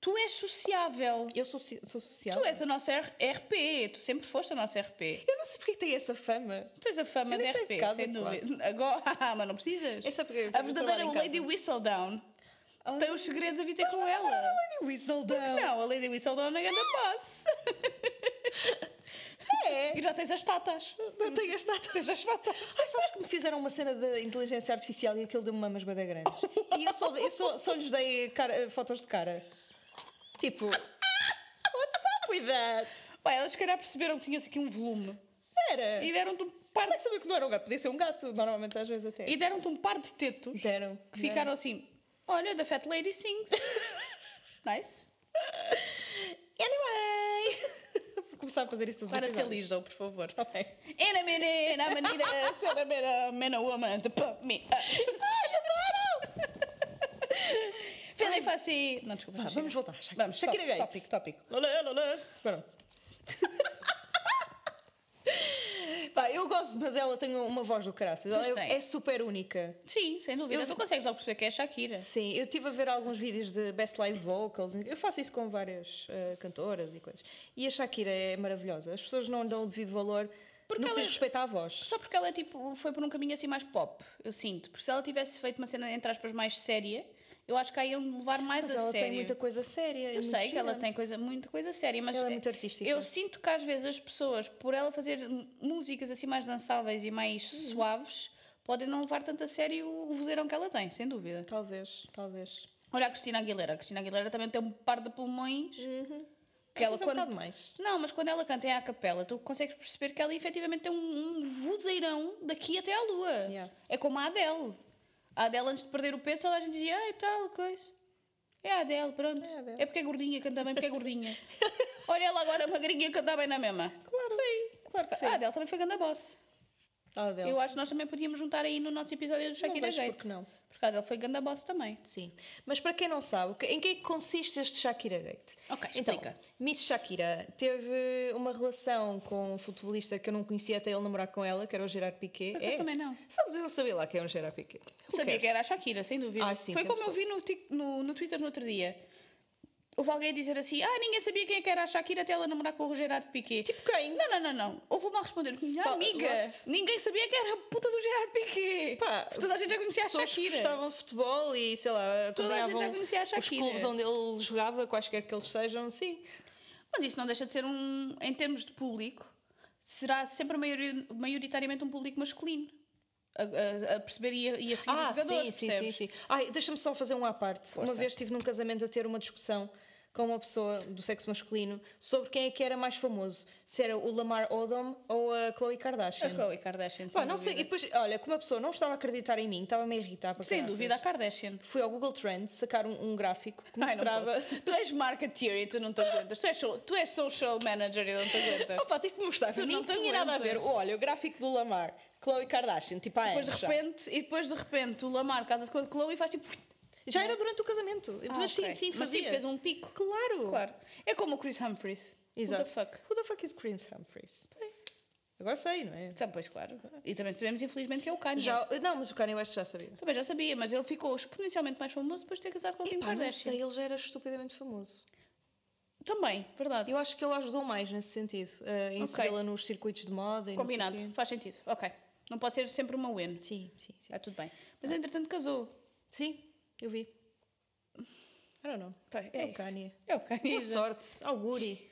[SPEAKER 4] tu és sociável.
[SPEAKER 3] Eu sou, soci- sou social.
[SPEAKER 4] Tu és a nossa R- RP, tu sempre foste a nossa RP.
[SPEAKER 3] Eu não sei porque é que tem essa fama.
[SPEAKER 4] Tu tens a fama
[SPEAKER 3] Eu
[SPEAKER 4] de
[SPEAKER 3] nem saio de
[SPEAKER 4] RP,
[SPEAKER 3] casa
[SPEAKER 4] sem
[SPEAKER 3] quase.
[SPEAKER 4] dúvida. [laughs] Agora, ah, mas não precisas.
[SPEAKER 3] É só porque eu
[SPEAKER 4] a
[SPEAKER 3] tenho que
[SPEAKER 4] verdadeira
[SPEAKER 3] trabalhar em
[SPEAKER 4] Lady Whistledown
[SPEAKER 3] Ah. é
[SPEAKER 4] tem os segredos a vir ter com ela.
[SPEAKER 3] Lady Whistledown.
[SPEAKER 4] Não, a Lady Whistledown é grande
[SPEAKER 3] [laughs]
[SPEAKER 4] boss.
[SPEAKER 3] É.
[SPEAKER 4] E já tens as tatas.
[SPEAKER 3] Não tenho as tatas. Tens as tatas. Ai, sabes que me fizeram uma cena de inteligência artificial e aquilo deu-me mamas bada grandes. E eu só, eu só, só lhes dei cara- eh, fotos de cara. Tipo, what's up with that?
[SPEAKER 4] Pá, elas se calhar perceberam que tinhas aqui um volume.
[SPEAKER 3] Era.
[SPEAKER 4] E deram-te um
[SPEAKER 3] Como
[SPEAKER 4] par
[SPEAKER 3] é que sabia que não era um gato? Podia ser um gato, normalmente às vezes até.
[SPEAKER 4] E deram-te um par de tetos
[SPEAKER 3] Deram,
[SPEAKER 4] que
[SPEAKER 3] deram.
[SPEAKER 4] ficaram assim: olha, The Fat Lady sings. [laughs] nice.
[SPEAKER 3] Anyway! [laughs] Vou começar a fazer isto nos
[SPEAKER 4] Para de ser
[SPEAKER 3] episódios.
[SPEAKER 4] Lizzo, por favor.
[SPEAKER 3] Tá bem.
[SPEAKER 4] In a minute, I'm a need a sort of a man or woman to pump me up. [laughs] Feeling fussy. assim. Não, desculpa.
[SPEAKER 3] Vá,
[SPEAKER 4] já
[SPEAKER 3] vamos
[SPEAKER 4] chega.
[SPEAKER 3] voltar. Shakira.
[SPEAKER 4] Vamos,
[SPEAKER 3] Shakira
[SPEAKER 4] tó- tópico,
[SPEAKER 3] Gates.
[SPEAKER 4] tópico.
[SPEAKER 3] Olé, olé. Espera. [laughs] Pá, eu gosto, mas ela tem uma voz do caraças. Ela
[SPEAKER 4] Pois
[SPEAKER 3] é,
[SPEAKER 4] tem.
[SPEAKER 3] é super única.
[SPEAKER 4] Sim, sem dúvida. Tu consegues logo perceber que é a Shakira.
[SPEAKER 3] Sim, eu estive a ver alguns vídeos de Best Live Vocals. Eu faço isso com várias eh, cantoras e coisas. E a Shakira é maravilhosa. As pessoas não dão o devido valor porque no que
[SPEAKER 4] ela-
[SPEAKER 3] diz respeito à voz.
[SPEAKER 4] Só porque ela tipo, foi por um caminho assim mais pop, eu sinto. Porque se ela tivesse feito uma cena, entre aspas, mais séria, eu acho que aí iam levar mais
[SPEAKER 3] Mas
[SPEAKER 4] a
[SPEAKER 3] ela
[SPEAKER 4] sério.
[SPEAKER 3] tem muita coisa é séria.
[SPEAKER 4] Eu sei que ela tem coisa, muita coisa séria, mas
[SPEAKER 3] né? Ela é muito artística.
[SPEAKER 4] Eu sinto que às vezes as pessoas, por ela fazer m- músicas assim mais dançáveis e mais
[SPEAKER 3] Uhum.
[SPEAKER 4] suaves, podem não levar tanto a sério o vozeirão que ela tem, sem dúvida.
[SPEAKER 3] Talvez, talvez.
[SPEAKER 4] Olha a Cristina Aguilera. A Cristina Aguilera também tem um par de pulmões. Que ela
[SPEAKER 3] Mas é um
[SPEAKER 4] quando...
[SPEAKER 3] bocado mais.
[SPEAKER 4] Não, mas quando ela canta em a capela, tu consegues perceber que ela efetivamente tem um, um vozeirão daqui até à lua.
[SPEAKER 3] Yeah.
[SPEAKER 4] É como a Adele. A Adele, antes de perder o peso, toda a gente dizia, ai, tal coisa. É a Adele, pronto.
[SPEAKER 3] É
[SPEAKER 4] É,
[SPEAKER 3] a Adele.
[SPEAKER 4] porque é gordinha, canta bem porque é
[SPEAKER 3] [laughs]
[SPEAKER 4] gordinha. Olha ela agora, magrinha, canta bem na mesma.
[SPEAKER 3] Claro. claro que sim.
[SPEAKER 4] A Adele também foi ganda boss.
[SPEAKER 3] Ah, Adele.
[SPEAKER 4] Eu acho que nós também podíamos juntar aí no nosso episódio do Shakira
[SPEAKER 3] vejo
[SPEAKER 4] Gates.
[SPEAKER 3] porque não.
[SPEAKER 4] Porque a Adele foi ganda boss também.
[SPEAKER 3] Sim. Mas para quem não sabe, o que- em que é que consiste este Shakira Gate?
[SPEAKER 4] Ok, explica.
[SPEAKER 3] Então, Miss Shakira teve uma relação com um futebolista que eu não conhecia até ele namorar com ela, que era o Gerard Piqué. É?
[SPEAKER 4] Por acaso também não.
[SPEAKER 3] Faz ele saber lá quem é o Gerard Piqué. Who
[SPEAKER 4] Sabia
[SPEAKER 3] cares?
[SPEAKER 4] que era a Shakira, sem dúvida.
[SPEAKER 3] Ah, sim,
[SPEAKER 4] Foi
[SPEAKER 3] sempre
[SPEAKER 4] como eu vi no, tic- no, no Twitter no outro dia. Houve alguém a dizer assim: Ah, ninguém sabia quem é que era a Shakira até ela namorar com o Gerard Piqué.
[SPEAKER 3] Tipo quem?
[SPEAKER 4] Não, não, não, não. Houve uma a responder: Minha
[SPEAKER 3] Stop-
[SPEAKER 4] amiga,
[SPEAKER 3] what?
[SPEAKER 4] ninguém sabia que era a puta do Gerard Piqué.
[SPEAKER 3] Pá,
[SPEAKER 4] Toda a gente já conhecia a
[SPEAKER 3] pessoas que
[SPEAKER 4] Shakira.
[SPEAKER 3] gostavam de futebol e, sei lá,
[SPEAKER 4] Toda a gente já
[SPEAKER 3] acompanhavam
[SPEAKER 4] conhecia a Shakira.
[SPEAKER 3] Os clubes onde ele jogava, quaisquer que eles sejam, sim.
[SPEAKER 4] Mas isso não deixa de ser um. Em termos de público, será sempre maiori- maioritariamente um público masculino. A, a- a perceber e a, e a seguir os tipo jogadores,
[SPEAKER 3] Ah, sim, sim, sim,
[SPEAKER 4] percebes?
[SPEAKER 3] sim. Ai, deixa-me só fazer um à parte.
[SPEAKER 4] Força.
[SPEAKER 3] Uma vez estive num casamento a ter uma discussão com uma pessoa do sexo masculino sobre quem é que era mais famoso, se era o Lamar Odom ou a Khloe Kardashian.
[SPEAKER 4] A Khloe Kardashian,
[SPEAKER 3] Pá,
[SPEAKER 4] sem
[SPEAKER 3] não sei. E
[SPEAKER 4] dúvida.
[SPEAKER 3] depois, olha, como a pessoa não estava a acreditar em mim, estava-me a irritar para
[SPEAKER 4] Sem
[SPEAKER 3] caraças.
[SPEAKER 4] dúvida, a Kardashian.
[SPEAKER 3] Fui ao Google Trends sacar um, um gráfico que
[SPEAKER 4] Ai, não [laughs]
[SPEAKER 3] mostrava.
[SPEAKER 4] posso. tu és marketeer e tu não te aguentas. Tu és, so- tu és social manager e não te aguentas.
[SPEAKER 3] Opa, tive que mostrar que
[SPEAKER 4] Tu
[SPEAKER 3] não
[SPEAKER 4] não te
[SPEAKER 3] tinha nada a ver.
[SPEAKER 4] aguentas.
[SPEAKER 3] Olha, o gráfico do Lamar, Khloe Kardashian, tipo a
[SPEAKER 4] depois de
[SPEAKER 3] Anja.
[SPEAKER 4] repente, e depois de repente o Lamar casa-se com a Chloe e faz tipo.
[SPEAKER 3] Já era durante o casamento.
[SPEAKER 4] Ah,
[SPEAKER 3] mas
[SPEAKER 4] ok.
[SPEAKER 3] sim, sim, fazia.
[SPEAKER 4] Mas tipo, fez um pico.
[SPEAKER 3] Claro.
[SPEAKER 4] Claro. É como o Chris Humphries.
[SPEAKER 3] Exato.
[SPEAKER 4] What the fuck?
[SPEAKER 3] Who the fuck is Chris Humphries? Agora sei, não é?
[SPEAKER 4] Então, pois claro. E também sabemos, infelizmente, que é o Kanye.
[SPEAKER 3] Já, não, mas o Kanye West já sabia.
[SPEAKER 4] Também já sabia, mas ele ficou exponencialmente mais famoso depois de ter casado com o Kim
[SPEAKER 3] Epá, não sei,
[SPEAKER 4] Kardashian.
[SPEAKER 3] ele já era estupidamente famoso.
[SPEAKER 4] Também, verdade.
[SPEAKER 3] Eu acho que ele ajudou mais nesse sentido, eh, a inseri-la nos circuitos de moda e não sei
[SPEAKER 4] Combinado.
[SPEAKER 3] quê.
[SPEAKER 4] Faz sentido. Ok. Não pode ser sempre uma win.
[SPEAKER 3] Sim, sim, sim.
[SPEAKER 4] Está tudo bem. Mas entretanto casou.
[SPEAKER 3] Sim, eu vi. I don't know.
[SPEAKER 4] Pá,
[SPEAKER 3] É o
[SPEAKER 4] isso.
[SPEAKER 3] Kanye.
[SPEAKER 4] É o Kanye.
[SPEAKER 3] Boa
[SPEAKER 4] exato.
[SPEAKER 3] sorte, auguri.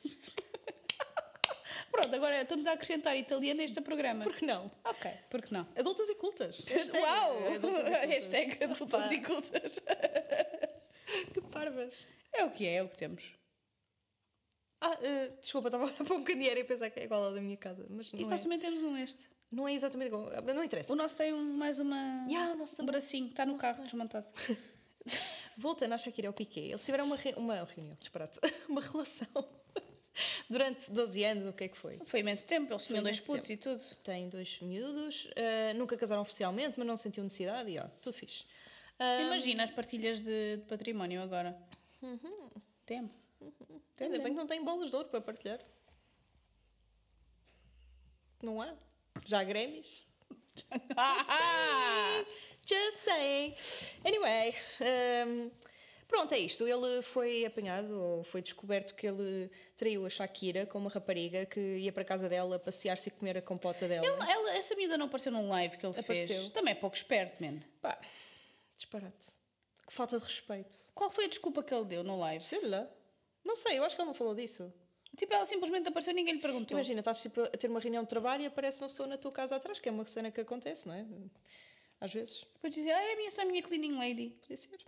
[SPEAKER 4] Pronto, agora estamos a acrescentar italiano a este programa.
[SPEAKER 3] Por [laughs] que não?
[SPEAKER 4] Ok, é- porque não?
[SPEAKER 3] Adultas e cultas. [laughs]
[SPEAKER 4] Uau! [laughs] é
[SPEAKER 3] Hashtag
[SPEAKER 4] Hashtag adultas e cultas.
[SPEAKER 3] Que parvas.
[SPEAKER 4] É o que é, é o que temos.
[SPEAKER 3] Ah, eh, desculpa, estava a olhar para um candeeiro e pensar que é igual ao da minha casa, mas
[SPEAKER 4] E
[SPEAKER 3] não é.
[SPEAKER 4] nós também temos um este.
[SPEAKER 3] Não é exatamente igual. mas Não interessa.
[SPEAKER 4] O nosso tem um- mais uma...
[SPEAKER 3] Ya, o nosso
[SPEAKER 4] um
[SPEAKER 3] também.
[SPEAKER 4] bracinho, está no
[SPEAKER 3] Nosso
[SPEAKER 4] carro
[SPEAKER 3] também.
[SPEAKER 4] desmontado.
[SPEAKER 3] Voltando à Shakira e ao Piqué, eles tiveram uma, re- uma reunião, disparate, [laughs] uma relação durante 12 anos, o que é que foi?
[SPEAKER 4] Foi imenso tempo, eles tinham dois
[SPEAKER 3] imenso
[SPEAKER 4] putos e tudo.
[SPEAKER 3] Têm dois miúdos, ah, nunca casaram oficialmente, mas não sentiam necessidade e ó, tudo fixe. Ah,
[SPEAKER 4] Imagina as partilhas de, de património agora. Uhum. Tempo.
[SPEAKER 3] ainda bem que não têm bolas de ouro para partilhar. Não há? Já
[SPEAKER 4] [laughs]
[SPEAKER 3] há Grammys?
[SPEAKER 4] Ah, ah!
[SPEAKER 3] Just saying. Anyway, hum, pronto, é isto. Ele foi apanhado ou foi descoberto que ele traiu a Shakira com uma rapariga que ia para casa dela passear-se e comer a compota dela.
[SPEAKER 4] Ele- ela- essa miúda não apareceu num live que ele fez.
[SPEAKER 3] Apareceu.
[SPEAKER 4] Também é pouco esperto, man.
[SPEAKER 3] Pá, disparate. Que falta de respeito.
[SPEAKER 4] Qual foi a desculpa que ele deu no live?
[SPEAKER 3] Sei lá. Não sei, eu acho que ele não falou disso.
[SPEAKER 4] Tipo, ela simplesmente apareceu e ninguém lhe perguntou.
[SPEAKER 3] Imagina, estás tipo, a ter uma reunião de trabalho e aparece uma pessoa na tua casa atrás, que é uma cena que acontece, não é? Às vezes,
[SPEAKER 4] Depois dizia, ah, é a minha, só a minha cleaning lady.
[SPEAKER 3] podia ser.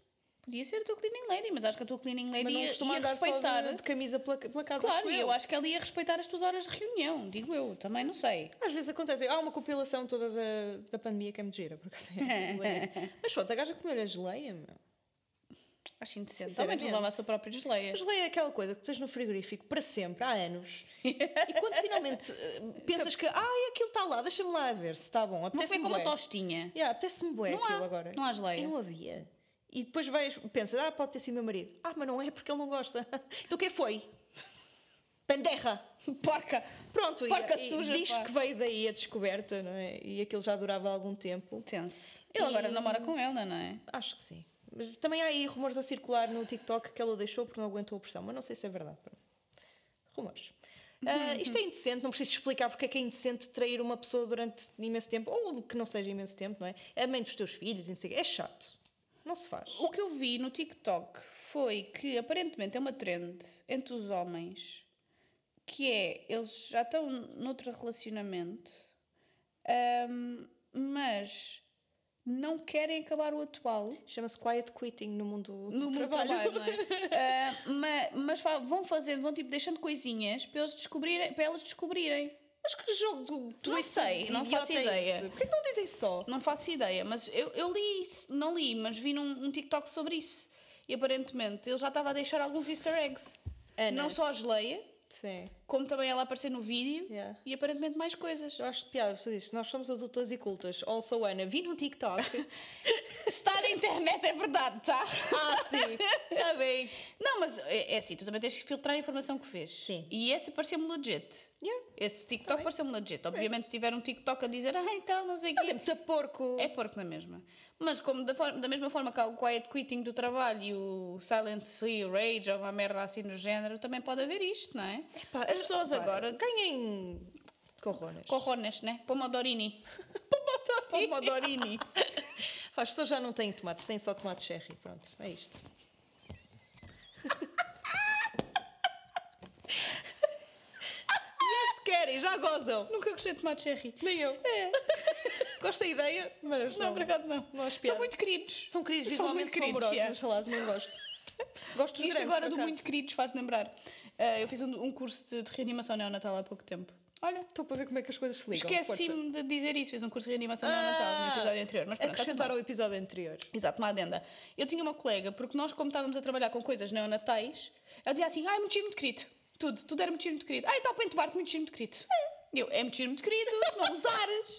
[SPEAKER 4] Podia ser a tua cleaning lady, mas acho que a tua cleaning lady
[SPEAKER 3] Mas não
[SPEAKER 4] ia,
[SPEAKER 3] costuma
[SPEAKER 4] ia
[SPEAKER 3] andar só
[SPEAKER 4] respeitar.
[SPEAKER 3] de, de camisa pela, pela casa.
[SPEAKER 4] Claro,
[SPEAKER 3] acho
[SPEAKER 4] e eu acho que ela ia respeitar as tuas horas de reunião, digo eu, também não sei.
[SPEAKER 3] Às vezes acontece. Há uma compilação toda da, da pandemia que é muito gira, por acaso. é geleia.
[SPEAKER 4] [laughs]
[SPEAKER 3] Mas pronto, a gaja comeu a geleia, meu.
[SPEAKER 4] Acho indecente. Também
[SPEAKER 3] Sinceramente.
[SPEAKER 4] levava a sua própria geleia.
[SPEAKER 3] A geleia é aquela coisa que tu tens no frigorífico para sempre, há anos. E quando finalmente eh,
[SPEAKER 4] [laughs]
[SPEAKER 3] pensas que, ai, aquilo está lá, deixa-me lá ver se está bom.
[SPEAKER 4] Mas foi
[SPEAKER 3] Apetece-me
[SPEAKER 4] como a
[SPEAKER 3] bué.
[SPEAKER 4] tostinha.
[SPEAKER 3] Yeah, apetece-me bué
[SPEAKER 4] Não há,
[SPEAKER 3] aquilo agora.
[SPEAKER 4] não há geleia.
[SPEAKER 3] E não havia. E depois vais, pensas, ah, pode ter sido meu marido. Ah, mas não é porque ele não gosta. [laughs] então quem foi? Panderra!
[SPEAKER 4] Porca!
[SPEAKER 3] Pronto, e-
[SPEAKER 4] Porca
[SPEAKER 3] e,
[SPEAKER 4] suja,
[SPEAKER 3] diz
[SPEAKER 4] pá.
[SPEAKER 3] que veio daí a descoberta, não é? E aquilo já durava algum tempo.
[SPEAKER 4] Tenso. Ele agora
[SPEAKER 3] E-
[SPEAKER 4] namora com ela, não é?
[SPEAKER 3] Acho que sim. Mas também há aí rumores a circular no TikTok que ela deixou porque não aguentou a pressão, mas não sei se é verdade. Pronto. Rumores. Ah,
[SPEAKER 4] Uhum.
[SPEAKER 3] isto é indecente, não preciso explicar porque é que é indecente trair uma pessoa durante imenso tempo, ou que não seja imenso tempo, não é? A mãe dos teus filhos, e não sei o quê. É chato. Não se faz.
[SPEAKER 4] O que eu vi no TikTok foi que aparentemente é uma trend entre os homens que é eles já estão noutro relacionamento, ahm, mas não querem acabar o atual.
[SPEAKER 3] Chama-se quiet quitting no mundo do
[SPEAKER 4] no meu trabalho, não [laughs]
[SPEAKER 3] trabalho. [laughs]
[SPEAKER 4] é? Ah, ma- mas, fa- vão fazendo, vão tipo deixando coisinhas para eles descobrirem, para elas descobrirem.
[SPEAKER 3] Mas que jogo do tu
[SPEAKER 4] Não
[SPEAKER 3] esse
[SPEAKER 4] sei, não
[SPEAKER 3] idiota
[SPEAKER 4] faço
[SPEAKER 3] é
[SPEAKER 4] ideia.
[SPEAKER 3] esse? Porquê que não dizem só?
[SPEAKER 4] Não faço ideia, mas eu, eu li isso, não li, mas vi num um TikTok sobre isso. E aparentemente ele já estava a deixar alguns easter eggs.
[SPEAKER 3] Ana.
[SPEAKER 4] Não só a geleia,
[SPEAKER 3] Sim.
[SPEAKER 4] como também ela aparecer no vídeo
[SPEAKER 3] Yeah.
[SPEAKER 4] e aparentemente mais coisas.
[SPEAKER 3] Eu acho de piada, você diz, nós somos adultas e cultas. Also, Ana, vi no TikTok.
[SPEAKER 4] [laughs] Estar na internet é verdade, tá?
[SPEAKER 3] ah, [laughs] sim, está bem.
[SPEAKER 4] Não, mas é, é assim, tu também tens que filtrar a informação que vês.
[SPEAKER 3] Sim.
[SPEAKER 4] E esse pareceu-me legit.
[SPEAKER 3] Yeah. Tá
[SPEAKER 4] Esse TikTok pareceu-me legit. Obviamente, se tiver um TikTok a dizer, ah, então, não sei o
[SPEAKER 3] Mas é
[SPEAKER 4] quê.
[SPEAKER 3] muito porco.
[SPEAKER 4] É porco na mesma. Mas como da, forma- da mesma forma que há o quiet quitting do trabalho e o silence e o rage ou uma merda assim do género, também pode haver isto, não é?
[SPEAKER 3] Pá,
[SPEAKER 4] As pessoas
[SPEAKER 3] repara,
[SPEAKER 4] agora...
[SPEAKER 3] Ganhem corronas.
[SPEAKER 4] Corrones, né? Pomodorini. [laughs] Pomodorini.
[SPEAKER 3] Pá, As pessoas já não têm tomates, têm só tomate cherry. Pronto, é isto. yes, querem, já gozam.
[SPEAKER 4] Nunca gostei de tomate cherry.
[SPEAKER 3] Nem eu.
[SPEAKER 4] É.
[SPEAKER 3] Gosto da ideia, mas
[SPEAKER 4] Não,
[SPEAKER 3] não.
[SPEAKER 4] por acaso não.
[SPEAKER 3] Não acho
[SPEAKER 4] São
[SPEAKER 3] piada.
[SPEAKER 4] muito queridos.
[SPEAKER 3] São queridos,
[SPEAKER 4] São
[SPEAKER 3] visualmente
[SPEAKER 4] muito
[SPEAKER 3] são
[SPEAKER 4] queridos,
[SPEAKER 3] amorosos,
[SPEAKER 4] yeah.
[SPEAKER 3] mas salados, não gosto. Gosto dos
[SPEAKER 4] Isto
[SPEAKER 3] grandes,
[SPEAKER 4] agora
[SPEAKER 3] por
[SPEAKER 4] do
[SPEAKER 3] acaso.
[SPEAKER 4] muito queridos faz-me lembrar. Ah, eu fiz um, um curso de, de reanimação neonatal há pouco tempo. Olha,
[SPEAKER 3] Estou para ver como é que as coisas se ligam. força.
[SPEAKER 4] esqueci-me de dizer isso. Fiz um curso de reanimação
[SPEAKER 3] Ah,
[SPEAKER 4] neonatal no episódio anterior. Mas pronto, está tudo
[SPEAKER 3] Acrescentar ao episódio anterior.
[SPEAKER 4] Exato, uma adenda. Eu tinha uma colega, porque nós, como estávamos a trabalhar com coisas neonatais, ela dizia assim: ai, muito giro, muito querido. Tudo, tudo era muito giro, muito querido. Ai, tal para entubar-te, muito giro, muito querido. E Eu, é muito giro, muito querido, se não usares.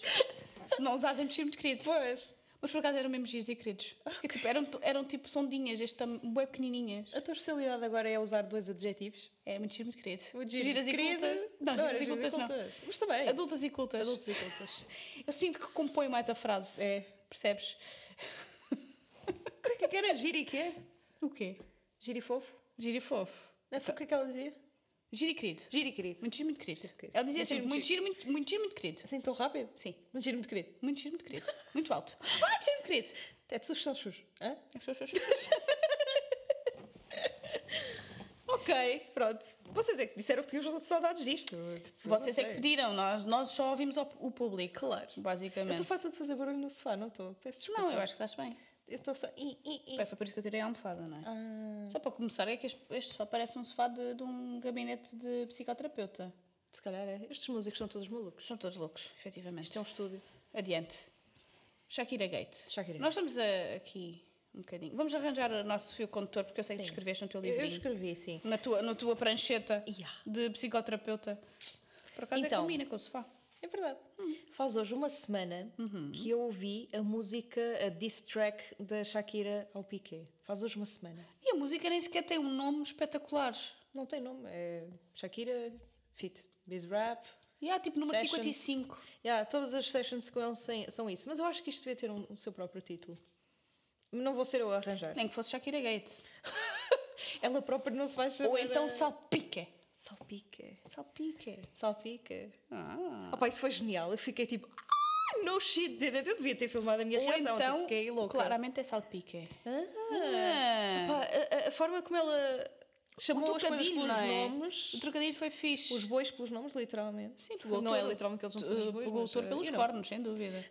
[SPEAKER 4] se não usares, é muito giro, muito querido.
[SPEAKER 3] Pois.
[SPEAKER 4] Mas por acaso eram mesmo giros e queridos. Porque, tipo, eram, eram tipo sondinhas, este tam- bué pequenininhas.
[SPEAKER 3] A tua especialidade agora é usar dois adjetivos.
[SPEAKER 4] É muito giro, muito querido.
[SPEAKER 3] Muito giro,
[SPEAKER 4] Giras e
[SPEAKER 3] querido.
[SPEAKER 4] cultas. Não,
[SPEAKER 3] Não,
[SPEAKER 4] giras e
[SPEAKER 3] era
[SPEAKER 4] cultas não.
[SPEAKER 3] Mas também.
[SPEAKER 4] Adultas e cultas.
[SPEAKER 3] Adultos e cultas.
[SPEAKER 4] Eu sinto que compõe mais a frase.
[SPEAKER 3] É.
[SPEAKER 4] Percebes?
[SPEAKER 3] O que é que era? Giro e quê?
[SPEAKER 4] O quê?
[SPEAKER 3] Giro e fofo?
[SPEAKER 4] Giro e fofo.
[SPEAKER 3] Não foi o que é que ela dizia?
[SPEAKER 4] Giro e querido.
[SPEAKER 3] Giro e querido.
[SPEAKER 4] Muito giro, muito querido.
[SPEAKER 3] Muito querido.
[SPEAKER 4] Ela dizia
[SPEAKER 3] Muito
[SPEAKER 4] sempre,
[SPEAKER 3] giro,
[SPEAKER 4] muito giro, muito, muito giro, muito querido.
[SPEAKER 3] Assim tão rápido?
[SPEAKER 4] Sim.
[SPEAKER 3] Muito giro, muito querido.
[SPEAKER 4] Muito giro, muito querido. [laughs] Muito
[SPEAKER 3] [laughs]
[SPEAKER 4] alto. Ah, muito giro, muito querido.
[SPEAKER 3] É de sugestão, Xux. Hã?
[SPEAKER 4] As pessoas- as pessoas-
[SPEAKER 3] Ok, pronto. Vocês é que disseram que tinham de saudades disto. Tipo, eu
[SPEAKER 4] Vocês
[SPEAKER 3] não
[SPEAKER 4] é que
[SPEAKER 3] sei.
[SPEAKER 4] pediram, nós, nós só ouvimos ao- o público. Claro.
[SPEAKER 3] Eu
[SPEAKER 4] Basicamente.
[SPEAKER 3] estou farta de fazer barulho no sofá, não estou? Peço desculpa.
[SPEAKER 4] Não, eu acho que estás bem.
[SPEAKER 3] Eu estou só... Ih, ih, ih.
[SPEAKER 4] Bem, foi por isso que eu tirei a almofada, não é?
[SPEAKER 3] Ah,
[SPEAKER 4] Só para começar, é que este, este só parece um sofá de, de um gabinete de psicoterapeuta.
[SPEAKER 3] se calhar é. Estes músicos são todos malucos.
[SPEAKER 4] São todos loucos, efetivamente.
[SPEAKER 3] Isto é um estúdio.
[SPEAKER 4] Adiante. Shakira Gate.
[SPEAKER 3] Shakira
[SPEAKER 4] Nós estamos a- aqui um bocadinho. Vamos arranjar o nosso fio condutor, porque eu sei que
[SPEAKER 3] Sim.
[SPEAKER 4] tu escreveste no teu
[SPEAKER 3] Eu, eu
[SPEAKER 4] livrinho.
[SPEAKER 3] escrevi, sim.
[SPEAKER 4] na, tua, na tua prancheta
[SPEAKER 3] Yeah.
[SPEAKER 4] de psicoterapeuta. Por acaso é que
[SPEAKER 3] Então.
[SPEAKER 4] combina com o sofá.
[SPEAKER 3] É verdade. Faz hoje uma semana
[SPEAKER 4] Uhum.
[SPEAKER 3] que eu ouvi a música, a diss track da Shakira ao Piqué. Faz hoje uma semana.
[SPEAKER 4] E a música nem sequer tem um nome espetacular.
[SPEAKER 3] Não tem nome, é Shakira, Fit, Biz Rap.
[SPEAKER 4] E há tipo número
[SPEAKER 3] sessions.
[SPEAKER 4] 55.
[SPEAKER 3] Yeah, todas as sessions com ele sem- são isso. Mas eu acho que isto devia ter um, o seu próprio título. Não vou ser eu a arranjar.
[SPEAKER 4] Nem que fosse Shakira Gate.
[SPEAKER 3] Ela própria não se vai chamar.
[SPEAKER 4] Ou então
[SPEAKER 3] eh,
[SPEAKER 4] Salpique.
[SPEAKER 3] Salpica.
[SPEAKER 4] Salpique.
[SPEAKER 3] Salpica.
[SPEAKER 4] Ah.
[SPEAKER 3] Opa, isso foi genial. Eu fiquei tipo. "Ah, no shit, didn't it?" eu devia ter filmado a minha
[SPEAKER 4] Ou
[SPEAKER 3] reação. Então,
[SPEAKER 4] então,
[SPEAKER 3] fiquei louca. Ah.
[SPEAKER 4] claramente é Salpique. Ah.
[SPEAKER 3] Pá, a- a, a forma como ela chamou as coisas pelos
[SPEAKER 4] não é? O
[SPEAKER 3] nomes,
[SPEAKER 4] trocadilho foi fixe.
[SPEAKER 3] os bois pelos nomes, literalmente.
[SPEAKER 4] Sim, porque
[SPEAKER 3] Pegou-
[SPEAKER 4] o
[SPEAKER 3] não é
[SPEAKER 4] autor-
[SPEAKER 3] literalmente que eles não são
[SPEAKER 4] eh,
[SPEAKER 3] os bois.
[SPEAKER 4] Pegou o
[SPEAKER 3] mas,
[SPEAKER 4] autor
[SPEAKER 3] eh,
[SPEAKER 4] pelos
[SPEAKER 3] you know.
[SPEAKER 4] cornos, sem dúvida.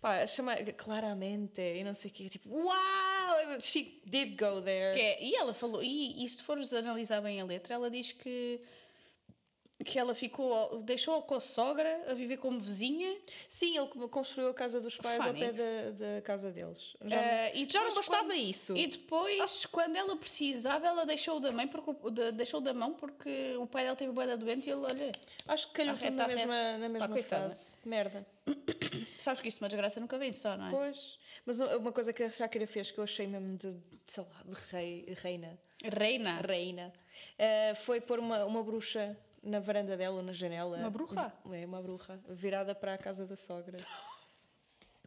[SPEAKER 3] Pá, chama claramente e não sei o quê. Tipo, wow! She did go there.
[SPEAKER 4] Que é- e ela falou, e, e se tu fores analisar bem a letra, ela diz que que ela ficou, deixou com a sogra a viver como vizinha
[SPEAKER 3] Sim, ele co- construiu a casa dos pais ao pé
[SPEAKER 4] Phonics.
[SPEAKER 3] da, da casa deles. Já,
[SPEAKER 4] eh, e
[SPEAKER 3] já
[SPEAKER 4] depois
[SPEAKER 3] não bastava
[SPEAKER 4] quando-
[SPEAKER 3] isso.
[SPEAKER 4] E depois, quando ela precisava, ela deixou da mãe porque o- da- deixou da mão porque o pai dela teve boeda doente e ele olha,
[SPEAKER 3] Acho que calhou tudo
[SPEAKER 4] Arreta,
[SPEAKER 3] na
[SPEAKER 4] arreta.
[SPEAKER 3] mesma, na
[SPEAKER 4] Pá,
[SPEAKER 3] mesma
[SPEAKER 4] coitada.
[SPEAKER 3] frase. Merda.
[SPEAKER 4] sabes que isto de uma desgraça nunca vem só, não é?
[SPEAKER 3] Pois. Mas u- uma coisa que a Shakira fez que eu achei mesmo de, sei lá, de rei, reina.
[SPEAKER 4] Reina.
[SPEAKER 3] reina, eh, foi pôr uma, uma bruxa na varanda dela ou na janela.
[SPEAKER 4] Uma bruxa?
[SPEAKER 3] V- É, uma bruxa, virada para a casa da sogra. [laughs]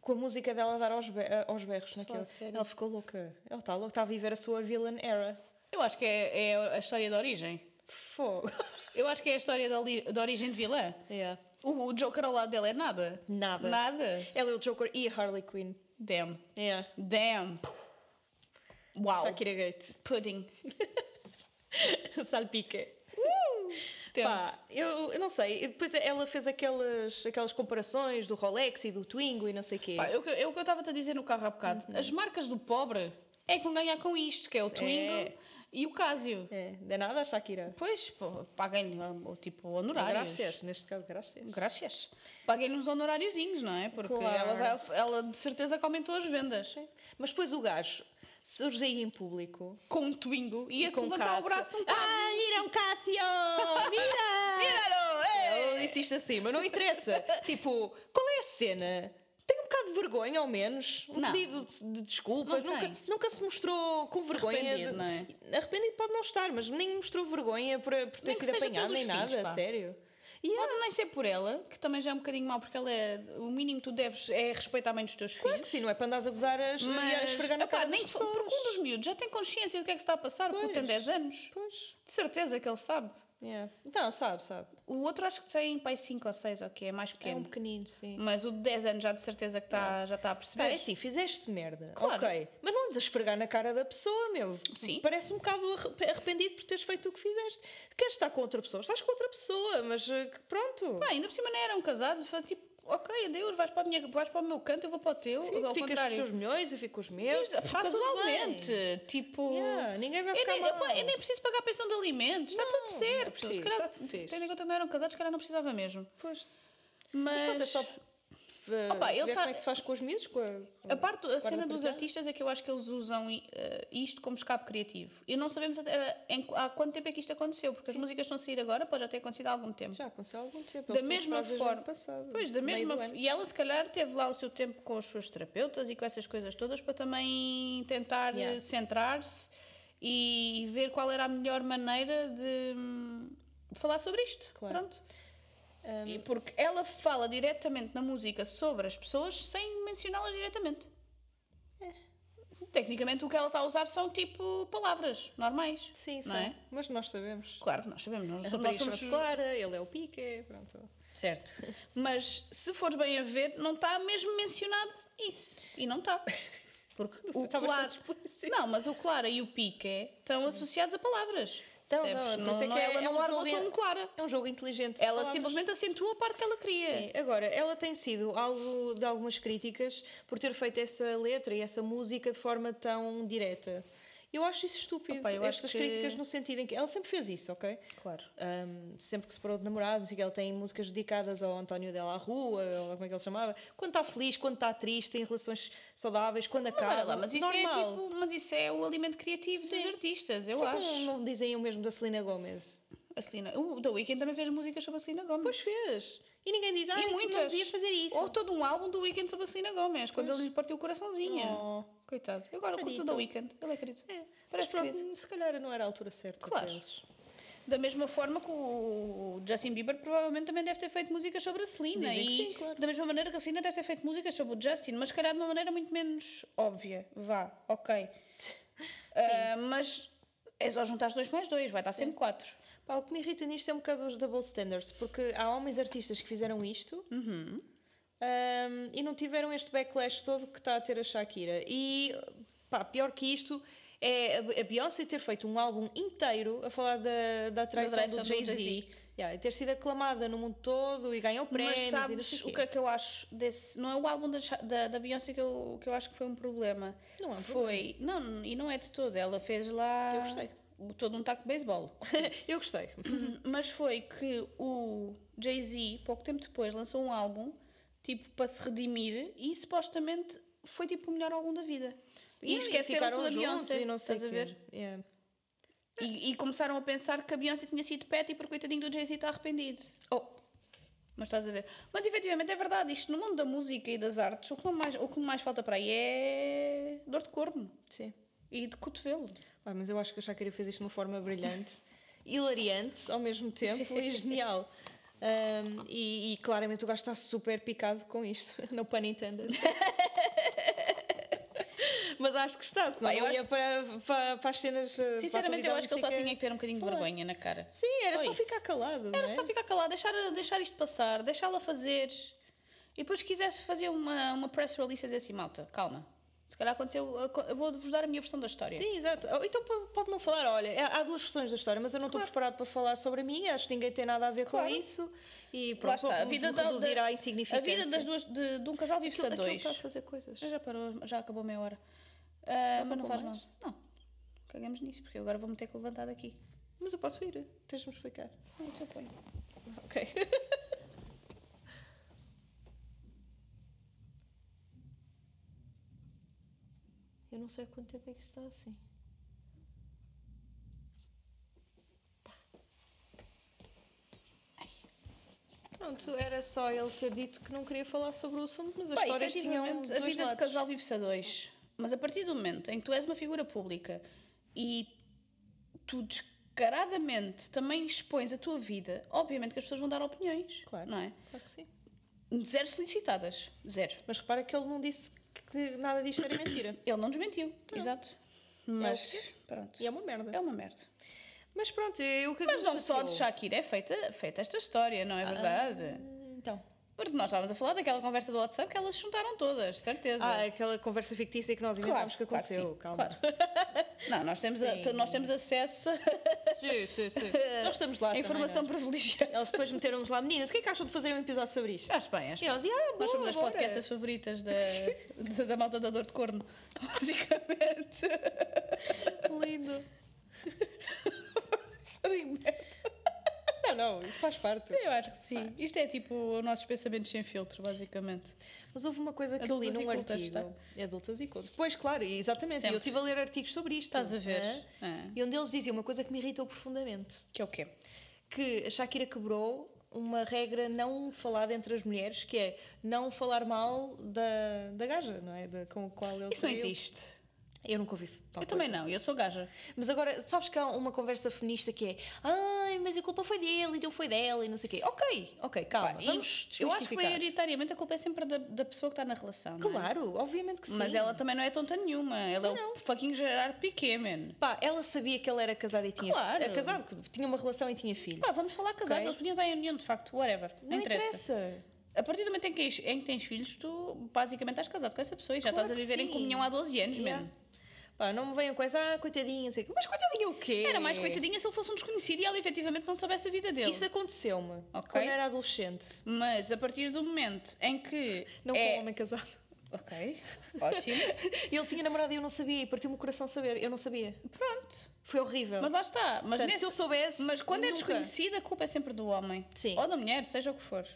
[SPEAKER 3] Com a música dela a dar aos, be- eh, aos berros naquela.
[SPEAKER 4] sério?
[SPEAKER 3] Ela ficou louca. Ela está louca, está a viver a sua villain era.
[SPEAKER 4] Eu acho que é, é a história da origem. [laughs]
[SPEAKER 3] Fogo.
[SPEAKER 4] Eu acho que é a história da, oli- da origem de vilã.
[SPEAKER 3] Yeah.
[SPEAKER 4] O, o Joker ao lado dela é nada.
[SPEAKER 3] Nada.
[SPEAKER 4] Nada.
[SPEAKER 3] Ela é o Joker e a Harley Quinn.
[SPEAKER 4] Damn.
[SPEAKER 3] Yeah.
[SPEAKER 4] Damn. Uau.
[SPEAKER 3] [laughs] Shakira Gate.
[SPEAKER 4] Pudding.
[SPEAKER 3] Salpique.
[SPEAKER 4] Tenso.
[SPEAKER 3] Pá, eu, eu não sei. E Depois ela fez aquelas, aquelas comparações do Rolex e do Twingo e não sei o quê.
[SPEAKER 4] Pá, eu, eu, o que eu estava-te a dizer no carro há bocado. As marcas do pobre é que vão ganhar com isto, que é o Twingo
[SPEAKER 3] Uhum. É.
[SPEAKER 4] e o Casio.
[SPEAKER 3] É, de nada, Shakira.
[SPEAKER 4] Pois, pô, paguem ah, o tipo honorários.
[SPEAKER 3] Graças, neste caso, graças.
[SPEAKER 4] Graças. Paguem-lhe uns honoráriozinhos, não é? Porque
[SPEAKER 3] Claro.
[SPEAKER 4] ela, vai- ela de certeza que aumentou as vendas.
[SPEAKER 3] Mas depois o gajo surge aí em público.
[SPEAKER 4] Com um twingo. E esse
[SPEAKER 3] com
[SPEAKER 4] levantar o
[SPEAKER 3] Cássio.
[SPEAKER 4] braço num caso.
[SPEAKER 3] Ah, mira um
[SPEAKER 4] [laughs]
[SPEAKER 3] Cássio! Mira!
[SPEAKER 4] Miraram! É.
[SPEAKER 3] Ele disse isto assim, mas Ah! não interessa. tipo, qual é a cena? Tem um bocado de vergonha, ao menos. Um
[SPEAKER 4] Não.
[SPEAKER 3] pedido de, de desculpas.
[SPEAKER 4] Não
[SPEAKER 3] Nunca,
[SPEAKER 4] tem.
[SPEAKER 3] nunca se mostrou com vergonha.
[SPEAKER 4] Arrependido,
[SPEAKER 3] de-
[SPEAKER 4] não é?
[SPEAKER 3] Arrependido pode não estar, mas nem mostrou vergonha por, por ter
[SPEAKER 4] Nem que
[SPEAKER 3] sido
[SPEAKER 4] seja
[SPEAKER 3] apanhado,
[SPEAKER 4] pelos
[SPEAKER 3] nem
[SPEAKER 4] fins,
[SPEAKER 3] nada,
[SPEAKER 4] pá.
[SPEAKER 3] a sério. E é,
[SPEAKER 4] Pode nem ser por ela, que também já é um bocadinho mau, porque ela é. O mínimo que tu deves é respeitar bem os teus
[SPEAKER 3] claro que
[SPEAKER 4] filhos.
[SPEAKER 3] sim, não é para andares a gozar as, e a
[SPEAKER 4] Mas,
[SPEAKER 3] esfregar na
[SPEAKER 4] epá,
[SPEAKER 3] cara
[SPEAKER 4] nem
[SPEAKER 3] das
[SPEAKER 4] que- porque um
[SPEAKER 3] pessoas.
[SPEAKER 4] dos miúdos já tem consciência do que é que se está a passar, porque
[SPEAKER 3] Pois.
[SPEAKER 4] tem 10 anos.
[SPEAKER 3] Pois,
[SPEAKER 4] De certeza que ele sabe.
[SPEAKER 3] yeah. Não, sabe, sabe.
[SPEAKER 4] O outro acho que tem pai 5 ou 6, ok, é mais
[SPEAKER 3] É um
[SPEAKER 4] pequeno.
[SPEAKER 3] pequenino, sim.
[SPEAKER 4] Mas o de 10 anos já de certeza que está, já está a perceber.
[SPEAKER 3] Pá, é assim, fizeste merda.
[SPEAKER 4] Claro.
[SPEAKER 3] Ok. Mas não andes a esfregar na cara da pessoa, meu.
[SPEAKER 4] Sim.
[SPEAKER 3] Parece um bocado arre- arrependido por teres feito o que fizeste. Queres estar com outra pessoa? Estás com outra pessoa, mas eh, que- pronto.
[SPEAKER 4] Pá, ainda por cima nem eram casados, foi tipo, ok, adeus, vais para, a minha, vais para o meu canto, eu vou para o teu. ao
[SPEAKER 3] Ficas
[SPEAKER 4] contrário.
[SPEAKER 3] com os teus milhões, eu fico com os meus.
[SPEAKER 4] Exa-
[SPEAKER 3] Pá, tudo
[SPEAKER 4] Casualmente,
[SPEAKER 3] bem.
[SPEAKER 4] tipo.
[SPEAKER 3] Yeah, ninguém vai
[SPEAKER 4] eu
[SPEAKER 3] ficar
[SPEAKER 4] nem,
[SPEAKER 3] mal.
[SPEAKER 4] eu, pá, eu nem preciso pagar a pensão de alimentos, está
[SPEAKER 3] Não,
[SPEAKER 4] tudo
[SPEAKER 3] não é
[SPEAKER 4] certo.
[SPEAKER 3] preciso,
[SPEAKER 4] se calhar,
[SPEAKER 3] está tudo fixe.
[SPEAKER 4] tendo em conta que não eram casados, se calhar não precisava mesmo.
[SPEAKER 3] Pois. Mas
[SPEAKER 4] Mas.
[SPEAKER 3] pronto, é só. eh,
[SPEAKER 4] Opa, ele
[SPEAKER 3] ver
[SPEAKER 4] tá-
[SPEAKER 3] como é que se faz com os miúdos? Com a,
[SPEAKER 4] A, parte, a cena dos
[SPEAKER 3] prisão?
[SPEAKER 4] artistas é que eu acho que eles usam i- eh, isto como escape criativo. E não sabemos até, eh, em qu- há quanto tempo é que isto aconteceu, porque as músicas estão a sair agora, pode já ter acontecido há algum tempo.
[SPEAKER 3] Já aconteceu há algum tempo.
[SPEAKER 4] da
[SPEAKER 3] eles têm os
[SPEAKER 4] mesma
[SPEAKER 3] prazos do
[SPEAKER 4] forma.
[SPEAKER 3] ano Passado,
[SPEAKER 4] pois, da
[SPEAKER 3] meio
[SPEAKER 4] mesma
[SPEAKER 3] do
[SPEAKER 4] f-
[SPEAKER 3] ano.
[SPEAKER 4] E ela, se calhar, teve lá o seu tempo com as suas terapeutas e com essas coisas todas para também tentar eh,
[SPEAKER 3] Yeah.
[SPEAKER 4] centrar-se e ver qual era a melhor maneira de, hum, de falar sobre isto.
[SPEAKER 3] Claro. Um,
[SPEAKER 4] Pronto. E porque ela fala diretamente na música sobre as pessoas sem mencioná-las diretamente.
[SPEAKER 3] É.
[SPEAKER 4] Tecnicamente, o que ela está a usar são tipo palavras normais.
[SPEAKER 3] Sim, sim.
[SPEAKER 4] não é?
[SPEAKER 3] Mas nós sabemos.
[SPEAKER 4] Claro que nós sabemos, nós,
[SPEAKER 3] A
[SPEAKER 4] nós
[SPEAKER 3] rapariga
[SPEAKER 4] somos
[SPEAKER 3] chama-se Clara, ele é o Pique, pronto.
[SPEAKER 4] Certo. [laughs] Mas se fores bem a ver, não está mesmo mencionado isso. E não está.
[SPEAKER 3] [laughs]
[SPEAKER 4] Porque
[SPEAKER 3] Isso
[SPEAKER 4] o
[SPEAKER 3] está
[SPEAKER 4] claro.
[SPEAKER 3] bastante explícito.
[SPEAKER 4] Não, mas o Clara e o Pique é- estão associados a palavras.
[SPEAKER 3] Então,
[SPEAKER 4] percebes?
[SPEAKER 3] não, por isso é que ela não
[SPEAKER 4] largou
[SPEAKER 3] julga-
[SPEAKER 4] só um Clara.
[SPEAKER 3] É um jogo inteligente. de
[SPEAKER 4] Ela
[SPEAKER 3] palavras.
[SPEAKER 4] simplesmente acentuou a parte que ela queria.
[SPEAKER 3] Sim, agora, ela tem sido alvo de algumas críticas por ter feito essa letra e essa música de forma tão direta. Eu acho isso estúpido.
[SPEAKER 4] Opa, eu acho
[SPEAKER 3] Estas
[SPEAKER 4] que-
[SPEAKER 3] críticas no sentido em que. Ela sempre fez isso, ok?
[SPEAKER 4] Claro.
[SPEAKER 3] Ahm, sempre que se parou de namorado, não sei o que, ela tem músicas dedicadas ao António Della Rua, ou como é que ele se chamava. Quando está feliz, quando está triste, tem relações saudáveis, quando
[SPEAKER 4] Mas
[SPEAKER 3] acaba.
[SPEAKER 4] olha lá, mas isso,
[SPEAKER 3] normal.
[SPEAKER 4] é tipo, um, mas isso é o alimento criativo dos
[SPEAKER 3] Sim. Tá
[SPEAKER 4] artistas, eu
[SPEAKER 3] Porquê que
[SPEAKER 4] acho.
[SPEAKER 3] Não, não dizem o mesmo da Selena Gomez.
[SPEAKER 4] A Selena, o The Weeknd também fez músicas sobre a Selena Gomez.
[SPEAKER 3] Pois fez. E ninguém diz, ah,
[SPEAKER 4] e muitas.
[SPEAKER 3] não devia fazer isso.
[SPEAKER 4] Ou todo um álbum do Weekend sobre a Selena Gomez, quando ele lhe partiu o coraçãozinho.
[SPEAKER 3] Oh.
[SPEAKER 4] Coitado. Eu agora curto
[SPEAKER 3] Tadito.
[SPEAKER 4] o The Weeknd. Ele é querido.
[SPEAKER 3] É,
[SPEAKER 4] Parece
[SPEAKER 3] parece mas,
[SPEAKER 4] querido.
[SPEAKER 3] pronto, se calhar não era a altura certa
[SPEAKER 4] Claro.
[SPEAKER 3] para eles.
[SPEAKER 4] Da mesma forma que o Justin Bieber provavelmente também deve ter feito músicas sobre a Selena.
[SPEAKER 3] Dizem
[SPEAKER 4] E
[SPEAKER 3] que sim, claro.
[SPEAKER 4] da mesma maneira que a Selena deve ter feito músicas sobre o Justin, mas se calhar de uma maneira muito menos óbvia. Vá,
[SPEAKER 3] [laughs]
[SPEAKER 4] ok. Ah, mas é só juntar os dois mais dois, vai dar sempre quatro.
[SPEAKER 3] Pá, o que me irrita nisto é um bocado os double standards, porque há homens artistas que fizeram isto Uhum. ahm, e não tiveram este backlash todo que está a ter a Shakira. E pá, pior que isto é a a Beyoncé ter feito um álbum inteiro a falar da, da traição,
[SPEAKER 4] traição do
[SPEAKER 3] do Jay-Z.
[SPEAKER 4] Jay-Z.
[SPEAKER 3] Yeah, e ter sido aclamada no mundo todo e ganhou prémios.
[SPEAKER 4] Mas
[SPEAKER 3] e não sei
[SPEAKER 4] sabes o que é que eu acho desse. Não é o álbum da, Sha- da, da Beyoncé que eu, que eu acho que foi um problema.
[SPEAKER 3] Não é um
[SPEAKER 4] foi, Não, e não é de todo. Ela fez lá.
[SPEAKER 3] Eu gostei. Uhum.
[SPEAKER 4] Todo um taco de beisebol.
[SPEAKER 3] Eu [coughs] gostei.
[SPEAKER 4] [laughs] Mas foi que o Jay-Z, pouco tempo depois, lançou um álbum, tipo, para se redimir, e supostamente foi tipo o melhor álbum da vida. E, esqueceram-se
[SPEAKER 3] ficaram
[SPEAKER 4] da
[SPEAKER 3] juntos
[SPEAKER 4] Beyoncé.
[SPEAKER 3] e não sei
[SPEAKER 4] estás a
[SPEAKER 3] quê.
[SPEAKER 4] ver?
[SPEAKER 3] Yeah.
[SPEAKER 4] E, e começaram a pensar que a Beyoncé tinha sido pet e porque o coitadinho do Jay-Z está arrependido.
[SPEAKER 3] Oh,
[SPEAKER 4] Mas estás a ver? Mas efetivamente é verdade, isto no mundo da música e das artes, o que não mais, o que mais falta para aí é dor de corno
[SPEAKER 3] sim.
[SPEAKER 4] e de cotovelo.
[SPEAKER 3] Pá, mas eu acho que a Shakira fez isto de uma forma brilhante, [laughs] hilariante ao mesmo tempo e
[SPEAKER 4] [laughs]
[SPEAKER 3] genial. Ahm, e, e claramente o gajo está super picado com isto, [laughs] no pun
[SPEAKER 4] [laughs]
[SPEAKER 3] intended. mas acho que está, senão
[SPEAKER 4] Pá, eu
[SPEAKER 3] eu ia para, para, para as cenas. eh, para
[SPEAKER 4] Sinceramente, eu
[SPEAKER 3] a televisão,
[SPEAKER 4] acho que ele só
[SPEAKER 3] não sei
[SPEAKER 4] tinha
[SPEAKER 3] quê.
[SPEAKER 4] que ter um bocadinho de
[SPEAKER 3] Claro.
[SPEAKER 4] vergonha na cara.
[SPEAKER 3] é Sim, era só,
[SPEAKER 4] isso.
[SPEAKER 3] ficar calado.
[SPEAKER 4] Era
[SPEAKER 3] não é?
[SPEAKER 4] só ficar calado, deixar, deixar isto passar, deixá-la fazer. E depois, se quisesse fazer uma, uma press release, a dizer assim: malta, calma, Se calhar aconteceu. Eu vou-vos dar a minha versão da história.
[SPEAKER 3] Sim, exato. Ou Então po- pode não falar, olha, é- há duas versões da história, mas eu não estou preparada para falar sobre a minha, acho que ninguém tem nada a ver
[SPEAKER 4] Claro.
[SPEAKER 3] com isso. E
[SPEAKER 4] Lá
[SPEAKER 3] pronto,
[SPEAKER 4] está. A
[SPEAKER 3] vou-
[SPEAKER 4] vida,
[SPEAKER 3] vou
[SPEAKER 4] da-
[SPEAKER 3] um reduzir
[SPEAKER 4] da-
[SPEAKER 3] à insignificância.
[SPEAKER 4] A vida das duas, de, de um casal vive-se a
[SPEAKER 3] Aquilo- aquilo
[SPEAKER 4] dois.
[SPEAKER 3] está a fazer coisas.
[SPEAKER 4] Já parou, já acabou meia hora. Ah, mas não
[SPEAKER 3] acabou
[SPEAKER 4] faz
[SPEAKER 3] mais?
[SPEAKER 4] mal. Não, cagamos nisso, porque eu agora vou-me ter que levantar daqui.
[SPEAKER 3] Mas eu posso ir, tens-me explicar.
[SPEAKER 4] Ah, então ponho.
[SPEAKER 3] Ok.
[SPEAKER 1] Eu não sei há quanto tempo é que está assim.
[SPEAKER 3] Tá. Pronto, era só ele ter dito que não queria falar sobre o assunto, mas as
[SPEAKER 4] Bem,
[SPEAKER 3] histórias tinham
[SPEAKER 4] efetivamente, a
[SPEAKER 3] dois
[SPEAKER 4] vida
[SPEAKER 3] lados.
[SPEAKER 4] de casal vive-se a dois. Mas a partir do momento em que tu és uma figura pública e tu descaradamente também expões a tua vida, obviamente que as pessoas vão dar opiniões.
[SPEAKER 3] Claro.
[SPEAKER 4] Não é?
[SPEAKER 3] Claro que sim.
[SPEAKER 4] Zero solicitadas. Zero.
[SPEAKER 3] Mas repara que ele não disse que- que nada disto era mentira.
[SPEAKER 4] Ele não desmentiu. Exato. Mas,
[SPEAKER 3] que
[SPEAKER 4] pronto.
[SPEAKER 3] E é uma merda.
[SPEAKER 4] É uma merda.
[SPEAKER 3] Mas pronto, eu que
[SPEAKER 4] Mas
[SPEAKER 3] me
[SPEAKER 4] não só
[SPEAKER 3] chateou.
[SPEAKER 4] de Shakira é feita, feita esta história, não é verdade?
[SPEAKER 3] Então.
[SPEAKER 4] Porque nós estávamos a falar daquela conversa do WhatsApp que elas se juntaram todas, certeza.
[SPEAKER 3] Ah, aquela conversa fictícia que nós inventámos que
[SPEAKER 4] claro que
[SPEAKER 3] aconteceu.
[SPEAKER 4] sim,
[SPEAKER 3] [laughs] Calma.
[SPEAKER 4] [laughs] Não, nós temos, a-
[SPEAKER 3] Sim.
[SPEAKER 4] nós temos acesso
[SPEAKER 3] Sim,
[SPEAKER 4] [laughs]
[SPEAKER 3] sim, sim. Nós estamos lá.
[SPEAKER 4] à
[SPEAKER 3] também,
[SPEAKER 4] informação
[SPEAKER 3] não
[SPEAKER 4] privilegiada. [laughs]
[SPEAKER 3] é? Eles depois meteram-nos lá, meninas, o que é que acham de fazer um episódio sobre isto?
[SPEAKER 4] Acho bem, acho
[SPEAKER 3] E
[SPEAKER 4] bem.
[SPEAKER 3] eles, ah, boa,
[SPEAKER 4] Nós somos as
[SPEAKER 3] bora."
[SPEAKER 4] podcastas favoritas da, da, da malta da dor de corno, [laughs] basicamente.
[SPEAKER 3] [laughs] Lindo.
[SPEAKER 4] [laughs] Só digo merda.
[SPEAKER 3] Não, não, isto faz parte.
[SPEAKER 4] Eu acho que sim. Isto é tipo os nossos pensamentos sem filtro, basicamente.
[SPEAKER 3] Mas houve uma coisa que
[SPEAKER 4] Adultas
[SPEAKER 3] eu li
[SPEAKER 4] e
[SPEAKER 3] num
[SPEAKER 4] cultas, tá?
[SPEAKER 3] artigo. Adultas e cultas. Pois, claro, e exatamente.
[SPEAKER 4] Sempre.
[SPEAKER 3] Eu estive a ler artigos sobre isto.
[SPEAKER 4] Estás a ver.
[SPEAKER 3] né?
[SPEAKER 4] Ah.
[SPEAKER 3] E onde eles diziam uma coisa que me irritou profundamente.
[SPEAKER 4] Que é o quê?
[SPEAKER 3] que a Shakira quebrou uma regra não falada entre as mulheres, que é não falar mal da, da gaja, não é? Da, com a qual ele
[SPEAKER 4] Isso não
[SPEAKER 3] saiu.
[SPEAKER 4] existe.
[SPEAKER 3] Eu nunca ouvi tal
[SPEAKER 4] Eu também
[SPEAKER 3] coisa.
[SPEAKER 4] não, eu sou gaja.
[SPEAKER 3] Mas agora, sabes que há uma conversa feminista que é ai, mas a culpa foi dele e não foi dela e não sei o quê. Ok, ok, calma,
[SPEAKER 4] Pá,
[SPEAKER 3] vamos
[SPEAKER 4] e eu acho que
[SPEAKER 3] desmistificar.
[SPEAKER 4] maioritariamente a culpa é sempre da, da pessoa que está na relação. não é?
[SPEAKER 3] Claro, obviamente que sim.
[SPEAKER 4] Mas ela também não é tonta nenhuma. Ela é o
[SPEAKER 3] Não, não.
[SPEAKER 4] fucking Gerard Piqué, man.
[SPEAKER 3] Pá, ela sabia que ele era casado e tinha...
[SPEAKER 4] Claro.
[SPEAKER 3] é Casado, que tinha uma relação e tinha filho.
[SPEAKER 4] Pá, vamos falar casados,
[SPEAKER 3] Ok.
[SPEAKER 4] eles podiam estar em união de facto, whatever. Não,
[SPEAKER 3] não
[SPEAKER 4] interessa.
[SPEAKER 3] interessa.
[SPEAKER 4] A partir do momento em que, és- em que tens filhos, tu basicamente estás casado com essa pessoa e já
[SPEAKER 3] Claro
[SPEAKER 4] estás a
[SPEAKER 3] que
[SPEAKER 4] viver em
[SPEAKER 3] sim.
[SPEAKER 4] comunhão há 12 anos,
[SPEAKER 3] Yeah.
[SPEAKER 4] man.
[SPEAKER 3] Pá, não me venham com essa, ah, coitadinha, não sei o quê. Mas coitadinha é o quê?
[SPEAKER 4] Era mais coitadinha se ele fosse um desconhecido e ela efetivamente não soubesse a vida dele.
[SPEAKER 3] Isso aconteceu-me
[SPEAKER 4] Ok.
[SPEAKER 3] quando era adolescente.
[SPEAKER 4] Mas a partir do momento em que.
[SPEAKER 3] Não
[SPEAKER 4] é...
[SPEAKER 3] com um homem casado. [laughs]
[SPEAKER 4] Ok, ótimo.
[SPEAKER 3] Ele tinha namorado e eu não sabia e partiu-me o coração saber. Eu não sabia.
[SPEAKER 4] [laughs] Pronto.
[SPEAKER 3] Foi horrível.
[SPEAKER 4] Mas lá está. Mas,
[SPEAKER 3] Portanto,
[SPEAKER 4] nesse-
[SPEAKER 3] se eu soubesse.
[SPEAKER 4] mas quando é
[SPEAKER 3] nunca.
[SPEAKER 4] desconhecida, a culpa é sempre do homem.
[SPEAKER 3] Sim.
[SPEAKER 4] Ou da mulher, seja o que for.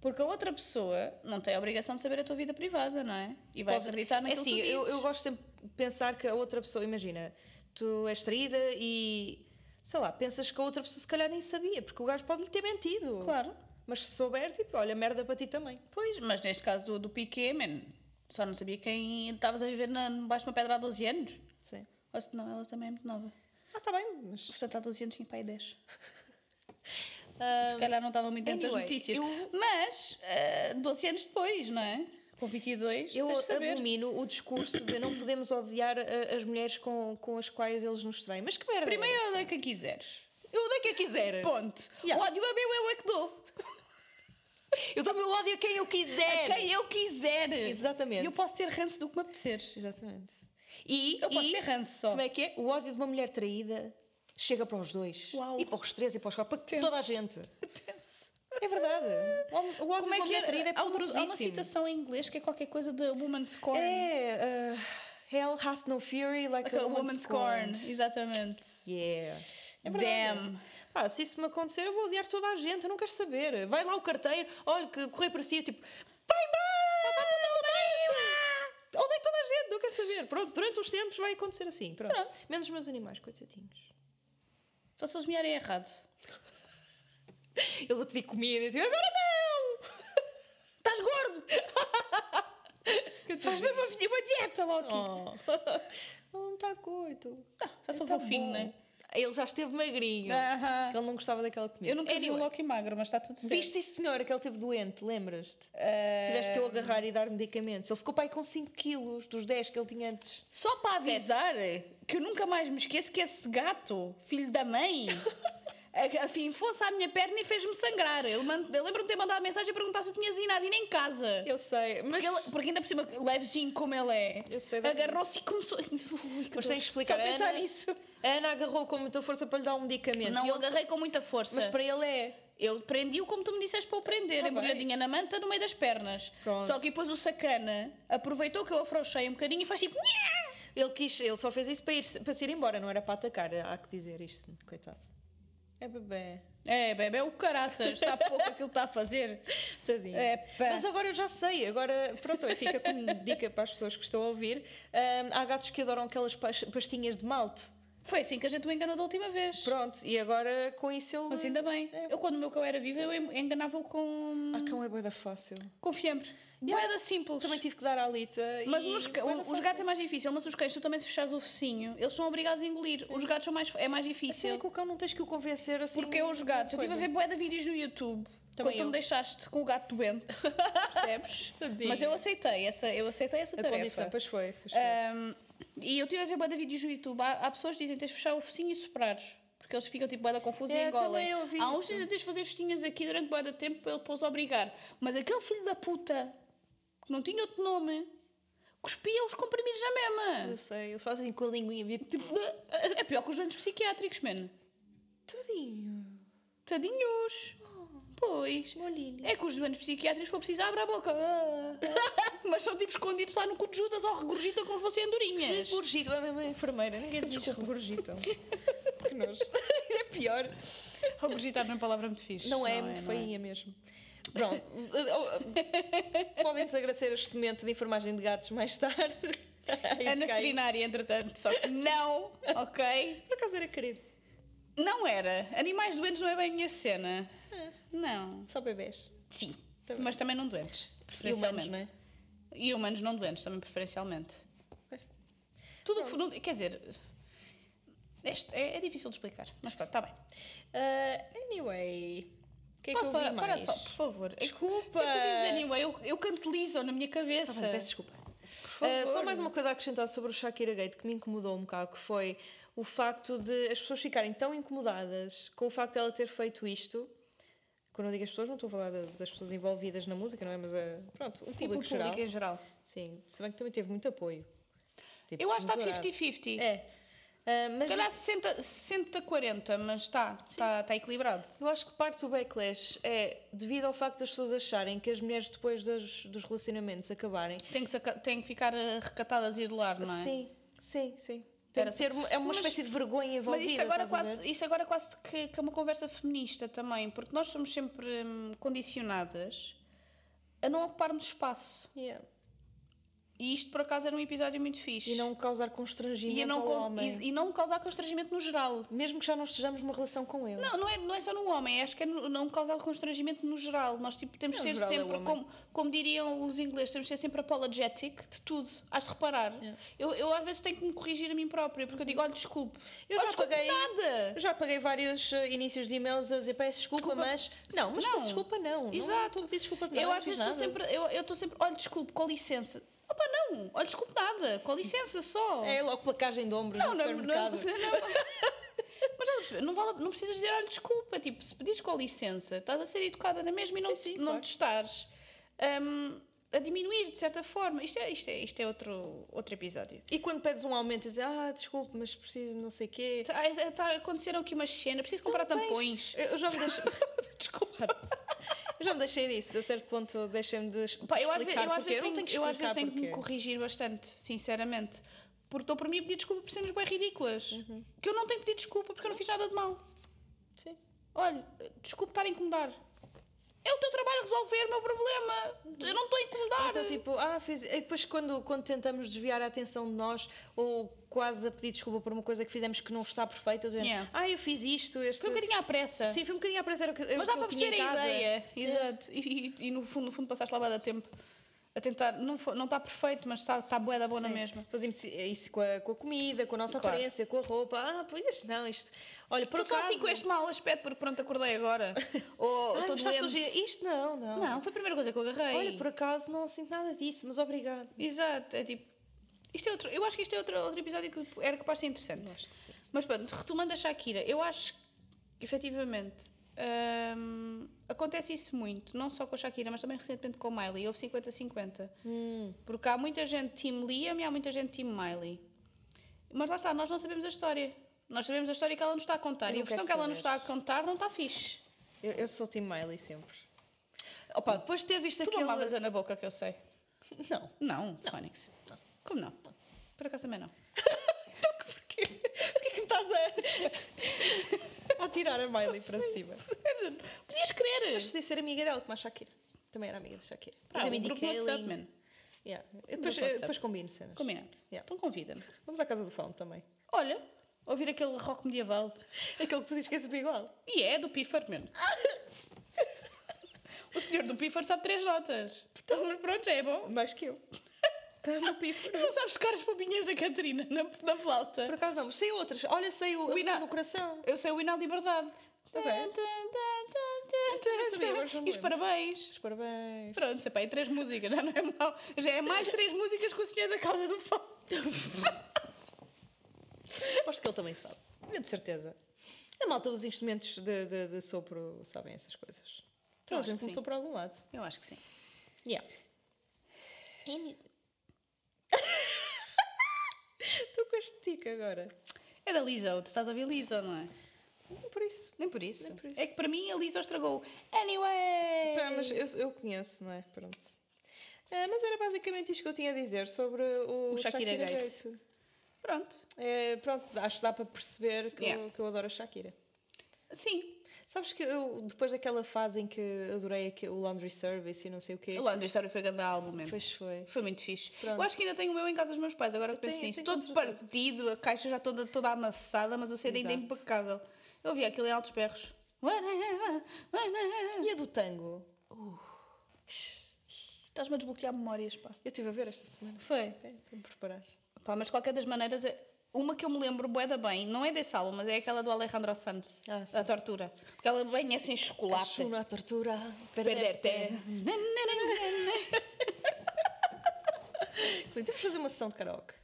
[SPEAKER 4] Porque a outra pessoa não tem a obrigação de saber a tua vida privada, não é? E vais
[SPEAKER 3] Pode-
[SPEAKER 4] acreditar naquilo
[SPEAKER 3] É assim,
[SPEAKER 4] que tu
[SPEAKER 3] eu,
[SPEAKER 4] dizes.
[SPEAKER 3] eu gosto sempre de pensar que a outra pessoa, imagina, tu és traída e sei lá, pensas que a outra pessoa se calhar nem sabia, porque o gajo pode lhe ter mentido.
[SPEAKER 4] Claro.
[SPEAKER 3] Mas se souber, tipo, olha, merda para ti também.
[SPEAKER 4] Pois, mas neste caso do, do Piqué, man, só não sabia quem estavas a viver na, baixo de uma pedra há 12 anos.
[SPEAKER 3] Sim.
[SPEAKER 4] Ou se não, ela também é muito nova.
[SPEAKER 3] Ah, tá bem, mas.
[SPEAKER 4] Portanto, há 12 anos tinha pai
[SPEAKER 3] [laughs]
[SPEAKER 4] 10.
[SPEAKER 3] Ah,
[SPEAKER 4] Se calhar não estava muito dentro das
[SPEAKER 3] anyway,
[SPEAKER 4] notícias.
[SPEAKER 3] eu-
[SPEAKER 4] Mas, ah, 12 anos depois, não é? Com 22,
[SPEAKER 3] Eu
[SPEAKER 4] tens de saber.
[SPEAKER 3] abomino o discurso de não podemos odiar a- as mulheres com, com as quais eles nos traem. Mas que merda! é
[SPEAKER 4] Primeiro eu dei quem quiseres.
[SPEAKER 3] essa? eu odeio quem quiser.
[SPEAKER 4] Ponto.
[SPEAKER 3] Yeah.
[SPEAKER 4] O ódio é meu, eu é que dou.
[SPEAKER 3] Eu dou meu ódio a quem eu quiser.
[SPEAKER 4] Quem eu quiser.
[SPEAKER 3] Exatamente.
[SPEAKER 4] E eu posso ter ranço do que me apetecer.
[SPEAKER 3] Exatamente. E
[SPEAKER 4] Eu posso
[SPEAKER 3] e-
[SPEAKER 4] ter ranço só.
[SPEAKER 3] Como é que é? O ódio de uma mulher traída chega para os dois.
[SPEAKER 4] Uau.
[SPEAKER 3] E para os três e para os quatro. Para
[SPEAKER 4] Tenso.
[SPEAKER 3] toda a gente. É verdade. O ódio de
[SPEAKER 4] Como
[SPEAKER 3] uma
[SPEAKER 4] é que
[SPEAKER 3] mulher traída é
[SPEAKER 4] é? Há uma, há uma
[SPEAKER 3] poderosíssimo.
[SPEAKER 4] citação em inglês que é qualquer coisa da woman's corn.
[SPEAKER 3] É. ah, Hell hath no fury like,
[SPEAKER 4] Like a woman's corn. Exatamente.
[SPEAKER 3] Yeah. É
[SPEAKER 4] Damn.
[SPEAKER 3] verdade. Pá, se isso me acontecer, eu vou odiar toda a gente, eu não quero saber. Vai lá o carteiro, olha, que correr para si, eu tipo, vai embora! Odeio toda a gente, não quero saber. Pronto, durante os tempos vai acontecer assim. Pronto.
[SPEAKER 4] Pronto.
[SPEAKER 3] Menos os meus animais, coitadinhos.
[SPEAKER 4] Só se eles me olharem errado.
[SPEAKER 3] Eles a pedir comida e tipo, agora não! [laughs] Estás gordo!
[SPEAKER 4] Faz mesmo uma, uma dieta, Loki.
[SPEAKER 3] Oh. [laughs] Ele não está curto.
[SPEAKER 4] Já sou
[SPEAKER 3] Tá
[SPEAKER 4] fofinho,
[SPEAKER 3] bom.
[SPEAKER 4] não é?
[SPEAKER 3] Ele já esteve magrinho.
[SPEAKER 4] Aham.
[SPEAKER 3] Ele não gostava daquela comida.
[SPEAKER 4] Eu nunca vi
[SPEAKER 3] Anyway.
[SPEAKER 4] um Loki magro, mas está tudo certo.
[SPEAKER 3] Viste isso, senhora, que ele teve doente, lembras-te?
[SPEAKER 4] Ah,
[SPEAKER 3] Tiveste que eu agarrar e dar medicamentos. Ele ficou pai com 5 quilos dos 10 que ele tinha antes.
[SPEAKER 4] Só para
[SPEAKER 3] [laughs]
[SPEAKER 4] avisar que eu nunca mais me esqueço que esse gato, filho da mãe, a- a, a fim fosse à minha perna e fez-me sangrar. Ele, man- eu lembro-me de ter mandado mensagem a perguntar se eu tinha zinadina em casa.
[SPEAKER 3] Eu sei, mas.
[SPEAKER 4] Porque, ele- porque ainda por cima, levezinho como ele é,
[SPEAKER 3] Eu sei bem.
[SPEAKER 4] agarrou-se e começou. Ui, que
[SPEAKER 3] Mas
[SPEAKER 4] dor.
[SPEAKER 3] tens de explicar.
[SPEAKER 4] Só
[SPEAKER 3] a
[SPEAKER 4] pensar
[SPEAKER 3] Ana,
[SPEAKER 4] nisso.
[SPEAKER 3] A Ana agarrou com muita força para lhe dar um medicamento.
[SPEAKER 4] Não
[SPEAKER 3] E
[SPEAKER 4] o
[SPEAKER 3] ele-
[SPEAKER 4] agarrei com muita força.
[SPEAKER 3] Mas para ele é.
[SPEAKER 4] Eu prendi-o como tu me disseste para o prender,
[SPEAKER 3] Tá
[SPEAKER 4] embrulhadinha na manta, no meio das pernas.
[SPEAKER 3] Pronto.
[SPEAKER 4] Só que depois o sacana aproveitou que eu afrouxei um bocadinho e faz tipo. "Nhá!"
[SPEAKER 3] Ele, quis, ele só fez isso para, ir, para se ir embora, não era para atacar. Há que dizer isto, coitado. É bebê.
[SPEAKER 4] É, bebê, é o caraças, sabe pouco aquilo que está a
[SPEAKER 3] [laughs]
[SPEAKER 4] fazer.
[SPEAKER 3] Tadinho.
[SPEAKER 4] Epá.
[SPEAKER 3] Mas agora eu já sei, agora pronto, aí fica como [laughs] dica para as pessoas que estão a ouvir. Hum, há gatos que adoram aquelas pas- pastinhas de malte.
[SPEAKER 4] Foi assim que a gente me enganou da última vez.
[SPEAKER 3] Pronto, e agora com isso ele.
[SPEAKER 4] Mas ainda bem. Eu, quando o meu cão era vivo, eu en- enganava-o com.
[SPEAKER 3] Ah, cão é boa da fácil.
[SPEAKER 4] com fiambre. Yeah. Boeda simples.
[SPEAKER 3] Também tive que dar à Lita.
[SPEAKER 4] Mas
[SPEAKER 3] e
[SPEAKER 4] nos ca-
[SPEAKER 3] bué da
[SPEAKER 4] os
[SPEAKER 3] fácil.
[SPEAKER 4] gatos é mais difícil, mas os cães, tu também se fechares o focinho, eles são obrigados a engolir. Os gatos são mais, é mais
[SPEAKER 3] Assim
[SPEAKER 4] difícil.
[SPEAKER 3] é que o cão não tens que o convencer assim.
[SPEAKER 4] Porque eu, os gatos, eu estive a
[SPEAKER 3] coisa.
[SPEAKER 4] ver bué de vídeos no YouTube.
[SPEAKER 3] Também
[SPEAKER 4] quando tu
[SPEAKER 3] eu.
[SPEAKER 4] me deixaste com o gato
[SPEAKER 3] [laughs]
[SPEAKER 4] doente, percebes?
[SPEAKER 3] Tadinha.
[SPEAKER 4] Mas eu aceitei essa, eu aceitei essa
[SPEAKER 3] a condição.
[SPEAKER 4] tarefa.
[SPEAKER 3] Pois foi. pois foi.
[SPEAKER 4] Ahm, e eu estive a ver bué de vídeos no YouTube. Há, há pessoas que dizem tens de fechar o focinho e soprar. Porque eles ficam tipo bué da confusa
[SPEAKER 3] É,
[SPEAKER 4] e engolem.
[SPEAKER 3] também eu vi
[SPEAKER 4] Há uns
[SPEAKER 3] isso.
[SPEAKER 4] que dizem tens de fazer festinhas aqui durante bué de tempo para ele pôs obrigar. Mas aquele filho da puta, que não tinha outro nome, cuspia os comprimidos na
[SPEAKER 3] Eu
[SPEAKER 4] mesma.
[SPEAKER 3] sei, eles fazem com a linguinha. Tipo,
[SPEAKER 4] É pior que os doentes psiquiátricos, mano.
[SPEAKER 3] tadinho.
[SPEAKER 4] Tadinhos. Pois.
[SPEAKER 3] Olhinho.
[SPEAKER 4] É que os doentes psiquiátricos vão precisar abrir a boca. [laughs] Ah, ah. Mas são tipo escondidos lá no cu de Judas ou regurgitam como se fossem andorinhas.
[SPEAKER 3] Regurgitam, é mesmo a enfermeira. Ninguém diz [laughs] regurgitam. é um- que nojo. [laughs] é pior.
[SPEAKER 4] [laughs] Regurgitar não é uma palavra muito fixe.
[SPEAKER 3] Não é, muito feinha mesmo. [laughs] Pronto. Podem desagradecer este momento de enfermagem de gatos mais tarde. [laughs] Ai,
[SPEAKER 4] Ana
[SPEAKER 3] cai.
[SPEAKER 4] veterinária, entretanto, só que não, ok?
[SPEAKER 3] Por acaso era querido.
[SPEAKER 4] Não era. Animais doentes não é bem a minha cena. Não.
[SPEAKER 3] Só bebês.
[SPEAKER 4] Sim.
[SPEAKER 3] Ah. Também.
[SPEAKER 4] Mas também não doentes.
[SPEAKER 3] E humanos,
[SPEAKER 4] Preferencialmente.
[SPEAKER 3] não é?
[SPEAKER 4] E humanos não doentes também, preferencialmente.
[SPEAKER 3] Ok.
[SPEAKER 4] Tudo o que for. não- Quer dizer. este é, é difícil de explicar. Mas pronto, está bem.
[SPEAKER 3] Ah, anyway. O que é que
[SPEAKER 4] Para
[SPEAKER 3] eu
[SPEAKER 4] fora,
[SPEAKER 3] vi
[SPEAKER 4] para
[SPEAKER 3] mais?
[SPEAKER 4] só, por favor. É que-
[SPEAKER 3] Desculpa.
[SPEAKER 4] Se tu dizes anyway, eu, eu cantilizo na minha cabeça.
[SPEAKER 3] Tá bem, peço desculpa.
[SPEAKER 4] favor.
[SPEAKER 3] Ah, só mais uma coisa a acrescentar sobre o Shakira Gate que me incomodou um bocado, que foi o facto de as pessoas ficarem tão incomodadas com o facto dela ter feito isto. Quando eu digo as pessoas, não estou a falar da- das pessoas envolvidas na música, não é? Mas ah, pronto, o público,
[SPEAKER 4] Tipo, o público
[SPEAKER 3] geral. Tipo,
[SPEAKER 4] em geral.
[SPEAKER 3] Sim, se bem que também teve muito apoio. Tipo,
[SPEAKER 4] Eu acho que está
[SPEAKER 3] desmesurado.
[SPEAKER 4] 50-50.
[SPEAKER 3] É. Ah, mas
[SPEAKER 4] Se calhar 60, 60 40, mas está, está, está equilibrado.
[SPEAKER 3] eu acho que parte do backlash é devido ao facto das pessoas acharem que as mulheres depois dos, dos relacionamentos acabarem.
[SPEAKER 4] Tem que, saca- tem que ficar eh, recatadas e do lar, não é?
[SPEAKER 3] Sim, sim, sim. Tem
[SPEAKER 4] Era
[SPEAKER 3] de
[SPEAKER 4] só-
[SPEAKER 3] ter uma- é uma
[SPEAKER 4] Mas-
[SPEAKER 3] espécie de vergonha
[SPEAKER 4] Mas
[SPEAKER 3] envolvida.
[SPEAKER 4] isto agora,
[SPEAKER 3] estás a ver?
[SPEAKER 4] quase, isto agora quase que, que é uma conversa feminista também, porque nós somos sempre hum, condicionadas a não ocuparmos espaço.
[SPEAKER 3] Yeah.
[SPEAKER 4] E isto, por acaso, era um episódio muito fixe.
[SPEAKER 3] E não causar
[SPEAKER 4] E
[SPEAKER 3] constrangimento
[SPEAKER 4] a não,
[SPEAKER 3] ao
[SPEAKER 4] con-
[SPEAKER 3] homem.
[SPEAKER 4] e- e não causar constrangimento no geral.
[SPEAKER 3] Mesmo que já não estejamos numa relação com ele.
[SPEAKER 4] Não, não é, não é só no homem, acho que é no- não causar constrangimento no geral. Nós tipo, temos de
[SPEAKER 3] Não,
[SPEAKER 4] ser
[SPEAKER 3] no geral é o
[SPEAKER 4] sempre,
[SPEAKER 3] homem.
[SPEAKER 4] como, como diriam os ingleses, temos de ser sempre apologetic de tudo. Hás de reparar.
[SPEAKER 3] É.
[SPEAKER 4] Eu, eu às vezes tenho que me corrigir a mim própria, porque eu digo, olha, desculpe.
[SPEAKER 3] Eu
[SPEAKER 4] Olha,
[SPEAKER 3] já
[SPEAKER 4] desculpe
[SPEAKER 3] paguei-
[SPEAKER 4] nada.
[SPEAKER 3] Eu já paguei vários eh, inícios de e-mails a dizer peço desculpa, mas. Não, mas
[SPEAKER 4] Não.
[SPEAKER 3] peço desculpa não. Não
[SPEAKER 4] Exato.
[SPEAKER 3] estou a pedir desculpa de nada.
[SPEAKER 4] eu
[SPEAKER 3] não é
[SPEAKER 4] às
[SPEAKER 3] fiz
[SPEAKER 4] vezes estou
[SPEAKER 3] nada.
[SPEAKER 4] sempre, eu eu estou sempre, olha, desculpe, com licença. Opa, não, olha, desculpe nada, com licença só.
[SPEAKER 3] É logo placagem de ombros
[SPEAKER 4] não,
[SPEAKER 3] no
[SPEAKER 4] não, não, [laughs] não,
[SPEAKER 3] supermercado.
[SPEAKER 4] Mas já percebi, não, vale, não precisas dizer olha, desculpa, tipo, se pedires com licença, estás a ser educada na mesma e não,
[SPEAKER 3] Sim, sim,
[SPEAKER 4] não
[SPEAKER 3] claro.
[SPEAKER 4] te estás hum, a diminuir de certa forma. Isto é, isto é, isto é outro, outro episódio.
[SPEAKER 3] E quando pedes um aumento, dizes, ah, desculpe, mas preciso de não sei quê.
[SPEAKER 4] Está tá a acontecer aqui uma cena, preciso comprar
[SPEAKER 3] Não tens.
[SPEAKER 4] tampões.
[SPEAKER 3] Eu eu já me
[SPEAKER 4] [laughs]
[SPEAKER 3] deixei. desculpa. Eu já me deixei disso. A certo ponto, deixei-me de. es-
[SPEAKER 4] Pá, eu às vezes,
[SPEAKER 3] explicar
[SPEAKER 4] eu às
[SPEAKER 3] porquê.
[SPEAKER 4] vezes
[SPEAKER 3] não
[SPEAKER 4] tenho,
[SPEAKER 3] que
[SPEAKER 4] eu às vezes
[SPEAKER 3] explicar
[SPEAKER 4] tenho que me
[SPEAKER 3] porquê.
[SPEAKER 4] corrigir bastante, sinceramente. Porque estou para mim a pedir desculpa por cenas bem ridículas. Que eu não tenho que pedir desculpa porque eu não fiz nada de mal.
[SPEAKER 3] Uhum. Sim.
[SPEAKER 4] Olha, desculpe estar a incomodar. É o teu trabalho resolver o meu problema. Eu não estou a incomodar.
[SPEAKER 3] Então, tipo, ah, fiz. E depois, quando, quando tentamos desviar a atenção de nós, ou quase a pedir desculpa por uma coisa que fizemos que não está perfeita, dizendo,
[SPEAKER 4] Yeah.
[SPEAKER 3] ah, eu fiz isto, este.
[SPEAKER 4] Foi um bocadinho à pressa.
[SPEAKER 3] Sim, foi um bocadinho à pressa, era o que era o
[SPEAKER 4] Mas
[SPEAKER 3] que
[SPEAKER 4] dá
[SPEAKER 3] eu
[SPEAKER 4] para
[SPEAKER 3] tinha
[SPEAKER 4] perceber
[SPEAKER 3] em
[SPEAKER 4] a
[SPEAKER 3] casa. é.
[SPEAKER 4] ideia. Exato. E, e- e no fundo, no fundo passaste lá bué da tempo a tentar. Não, fo- não está perfeito, mas está, está bué da boa na
[SPEAKER 3] Sim.
[SPEAKER 4] mesma.
[SPEAKER 3] Fazemos isso com a, com a comida, com a nossa
[SPEAKER 4] Claro.
[SPEAKER 3] aparência, com a roupa. Ah, pois isto não, isto. Olha, por
[SPEAKER 4] Estou só
[SPEAKER 3] acaso.
[SPEAKER 4] assim com este mau aspecto porque pronto, acordei
[SPEAKER 3] [laughs]
[SPEAKER 4] agora. Ou
[SPEAKER 3] Ah,
[SPEAKER 4] estou
[SPEAKER 3] gostaste hoje?
[SPEAKER 4] doente.
[SPEAKER 3] Isto não, não.
[SPEAKER 4] Não, é foi a primeira coisa que eu agarrei.
[SPEAKER 3] Olha, por acaso não sinto nada disso, mas obrigado.
[SPEAKER 4] Exato, é tipo. Isto é outro, eu acho que isto é outro, outro episódio que era capaz de ser interessante.
[SPEAKER 3] acho que sim.
[SPEAKER 4] Mas pronto, retomando a Shakira, eu acho. efetivamente, hum, acontece isso muito, não só com a Shakira, mas também recentemente com a Miley. Houve 50-50.
[SPEAKER 3] Hum.
[SPEAKER 4] Porque há muita gente Team Liam e há muita gente Team Miley. Mas lá está, nós não sabemos a história. Nós sabemos a história que ela nos está a contar. E
[SPEAKER 3] Eu
[SPEAKER 4] a
[SPEAKER 3] não quero
[SPEAKER 4] versão que ela nos
[SPEAKER 3] saber.
[SPEAKER 4] está a contar não está fixe.
[SPEAKER 3] Eu, eu sou Tim Miley sempre. Opa, depois de ter visto
[SPEAKER 4] Tu
[SPEAKER 3] aquele.
[SPEAKER 4] não babas na boca, que eu sei.
[SPEAKER 3] Não.
[SPEAKER 4] [laughs] Não, Tá. Fónix. Como não? Por acaso também não.
[SPEAKER 3] Porquê? Porquê que me estás a. a tirar a Miley para cima?
[SPEAKER 4] [laughs] Podias
[SPEAKER 3] Mas
[SPEAKER 4] querer.
[SPEAKER 3] podia ser amiga dela, como a Shakira. Também era amiga de Shakira.
[SPEAKER 4] Ah,
[SPEAKER 3] também
[SPEAKER 4] o grupo no WhatsApp, man.
[SPEAKER 3] yeah. Eu depois,
[SPEAKER 4] Grupo
[SPEAKER 3] eu
[SPEAKER 4] WhatsApp.
[SPEAKER 3] depois combino cenas.
[SPEAKER 4] Combinado.
[SPEAKER 3] Yeah.
[SPEAKER 4] Então convida-me.
[SPEAKER 3] Vamos à casa do Fão também.
[SPEAKER 4] Olha, ouvir aquele rock medieval.
[SPEAKER 3] [laughs] Aquele que tu dizes que é sempre igual.
[SPEAKER 4] E é do Piffer, man. [laughs] o senhor do Piffer sabe três notas. Então, mas pronto, já é bom.
[SPEAKER 3] Mais que eu. Estás no pifo.
[SPEAKER 4] Tu não sabes tocar as papinhas da Catarina na, na
[SPEAKER 3] Por
[SPEAKER 4] flauta.
[SPEAKER 3] acaso não, mas sei outras. Olha, sei o.
[SPEAKER 4] O
[SPEAKER 3] Eu
[SPEAKER 4] Ina-
[SPEAKER 3] no coração.
[SPEAKER 4] Eu sei o hino à liberdade.
[SPEAKER 3] Tá bem. sabia, agora já me
[SPEAKER 4] E os
[SPEAKER 3] lembro.
[SPEAKER 4] parabéns.
[SPEAKER 3] Os parabéns.
[SPEAKER 4] Pronto, sei pá, e três músicas, [laughs] já não é mau. Já é mais três músicas que o senhor da causa do fogo.
[SPEAKER 3] Aposto que ele também sabe. Eu de certeza. A malta dos instrumentos de, de, de sopro sabem essas coisas. Então, a
[SPEAKER 4] acho
[SPEAKER 3] gente
[SPEAKER 4] que sim.
[SPEAKER 3] começou por algum lado.
[SPEAKER 4] Eu acho que sim.
[SPEAKER 3] Yeah.
[SPEAKER 4] [laughs]
[SPEAKER 3] Estou com este tique agora.
[SPEAKER 4] É da Lizzo, tu estás a ouvir Lizzo, não é?
[SPEAKER 3] Não Por isso.
[SPEAKER 4] Nem por isso.
[SPEAKER 3] Nem por isso.
[SPEAKER 4] É que para mim a Lizzo estragou. Anyway!
[SPEAKER 3] Pá, Tá, mas eu, eu conheço, não é? Pronto. Ah, mas era basicamente isto que eu tinha a dizer sobre o,
[SPEAKER 4] O Shakira Gate.
[SPEAKER 3] Gate.
[SPEAKER 4] Pronto.
[SPEAKER 3] É, pronto, acho que dá para perceber que, eu,
[SPEAKER 4] Yeah.
[SPEAKER 3] que eu adoro a Shakira.
[SPEAKER 4] Sim.
[SPEAKER 3] Sabes que eu, depois daquela fase em que adorei aque- o Laundry Service e não sei o quê,
[SPEAKER 4] O Laundry Story foi grande álbum mesmo.
[SPEAKER 3] depois foi.
[SPEAKER 4] Foi muito fixe.
[SPEAKER 3] Pronto.
[SPEAKER 4] Eu acho que ainda tenho o meu em casa dos meus pais, agora que
[SPEAKER 3] tenho-
[SPEAKER 4] penso
[SPEAKER 3] eu
[SPEAKER 4] nisso.
[SPEAKER 3] tenho
[SPEAKER 4] Todo
[SPEAKER 3] com
[SPEAKER 4] partido, a caixa já toda, toda amassada, mas o CD ainda é
[SPEAKER 3] Exato.
[SPEAKER 4] impecável. Eu ouvia aquilo em altos berros. Whatever, whatever.
[SPEAKER 3] E a do tango?
[SPEAKER 4] Estás-me a desbloquear memórias, pá.
[SPEAKER 3] Eu estive a ver esta semana.
[SPEAKER 4] Foi.
[SPEAKER 3] É, para me preparar.
[SPEAKER 4] Pá, mas de qualquer das maneiras, é- uma que eu me lembro bué da bem, não é desse álbum, mas é aquela do Alejandro Sanz,
[SPEAKER 3] Ah, sim.
[SPEAKER 4] A Tortura. Porque ela vem assim chocolate.
[SPEAKER 3] Acho a tortura.
[SPEAKER 4] Perder-te. Na, na, na, na, na.
[SPEAKER 3] Temos de fazer uma sessão de karaoke.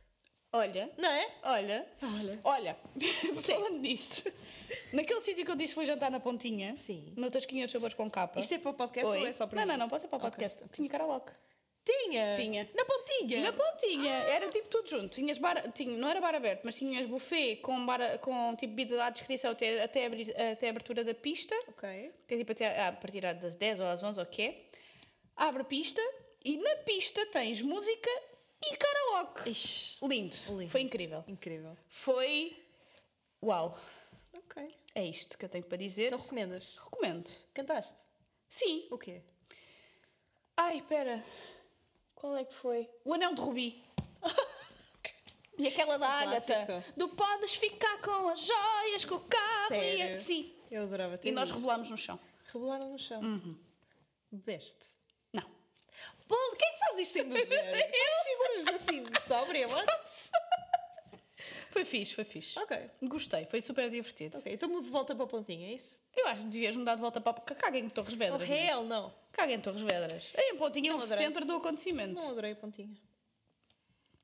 [SPEAKER 4] Olha,
[SPEAKER 3] Não é?
[SPEAKER 4] olha,
[SPEAKER 3] Olha.
[SPEAKER 4] olha, [laughs] falando nisso, naquele sítio que eu disse que fui jantar na pontinha,
[SPEAKER 3] Sim.
[SPEAKER 4] no Tasquinha dos Sabores com capa.
[SPEAKER 3] Isto é para o podcast
[SPEAKER 4] Oi.
[SPEAKER 3] ou é só para
[SPEAKER 4] Não,
[SPEAKER 3] mim?
[SPEAKER 4] não, não, pode ser para o
[SPEAKER 3] Ok.
[SPEAKER 4] podcast. Tinha karaoke.
[SPEAKER 3] Tinha!
[SPEAKER 4] Tinha.
[SPEAKER 3] Na pontinha!
[SPEAKER 4] Na pontinha, era tipo tudo junto. Tinhas bar, tinha, não era bar aberto, mas tinhas buffet com, bar, com tipo bebida à descrição até, até, abrir, até a abertura da pista,
[SPEAKER 3] Ok.
[SPEAKER 4] que é tipo até a partir das 10 ou às 11 ou o que é. Abre a pista e na pista tens música e karaoke.
[SPEAKER 3] Ixi.
[SPEAKER 4] Lindo.
[SPEAKER 3] Lindo.
[SPEAKER 4] Foi incrível.
[SPEAKER 3] Incrível.
[SPEAKER 4] Foi. Uau!
[SPEAKER 3] Ok.
[SPEAKER 4] É isto que eu tenho para dizer.
[SPEAKER 3] Então recomendas?
[SPEAKER 4] Recomendo.
[SPEAKER 3] Cantaste?
[SPEAKER 4] Sim.
[SPEAKER 3] O quê?
[SPEAKER 4] Ai, pera. Qual é que foi? O Anel de Rubi. [laughs] e aquela da Ágata.
[SPEAKER 3] clássico.
[SPEAKER 4] Do podes ficar com as joias, com o carro e
[SPEAKER 3] Sério?
[SPEAKER 4] a... Sim.
[SPEAKER 3] Eu adorava ter
[SPEAKER 4] E nós Uhum.
[SPEAKER 3] isto.
[SPEAKER 4] revelámos no chão.
[SPEAKER 3] Rebolaram no chão. Bebeste.
[SPEAKER 4] Não.
[SPEAKER 3] Paulo, quem é que faz isto sem
[SPEAKER 4] [laughs]
[SPEAKER 3] beber? Eu? Figuras assim, de sóbria, what?
[SPEAKER 4] Foi fixe, foi fixe.
[SPEAKER 3] ok.
[SPEAKER 4] Gostei, foi super divertido.
[SPEAKER 3] Ok, então mudo de volta para a pontinha, é isso?
[SPEAKER 4] Eu acho que devias mudar de volta para... porque Caga em Torres
[SPEAKER 3] Oh,
[SPEAKER 4] Vedras. não é?
[SPEAKER 3] hell não.
[SPEAKER 4] Caga em Torres Vedras. É em Pontinha, no
[SPEAKER 3] adorei.
[SPEAKER 4] centro do acontecimento.
[SPEAKER 3] Não adorei a pontinha.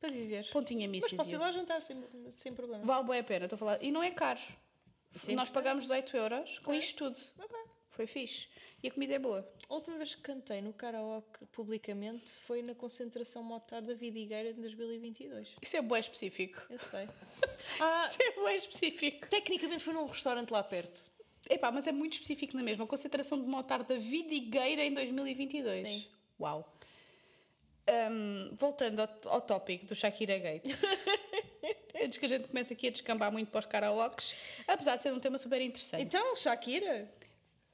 [SPEAKER 3] Para viver.
[SPEAKER 4] Pontinha
[SPEAKER 3] Mas
[SPEAKER 4] Mrs.
[SPEAKER 3] posso ir
[SPEAKER 4] You.
[SPEAKER 3] lá jantar sem, sem problema.
[SPEAKER 4] Vale bem a pena, estou a falar. E não é caro. Nós pagámos 18 euros com isto tudo.
[SPEAKER 3] Ok.
[SPEAKER 4] Foi fixe. E a comida é boa.
[SPEAKER 3] A última vez que cantei no karaoke publicamente foi na concentração motar da Vidigueira em 2022.
[SPEAKER 4] Isso é bué específico.
[SPEAKER 3] Eu [laughs] sei. Ah,
[SPEAKER 4] Isso é bué específico.
[SPEAKER 3] tecnicamente foi num restaurante lá perto.
[SPEAKER 4] Epá, mas é muito específico na mesma. Concentração de motar da Vidigueira em 2022.
[SPEAKER 3] Sim.
[SPEAKER 4] Uau. Ahm, voltando ao, ao tópico do Shakira [laughs] Gates. Antes que a gente comece aqui a descambar muito para os karaokes, apesar de ser um tema super interessante.
[SPEAKER 3] Então, Shakira.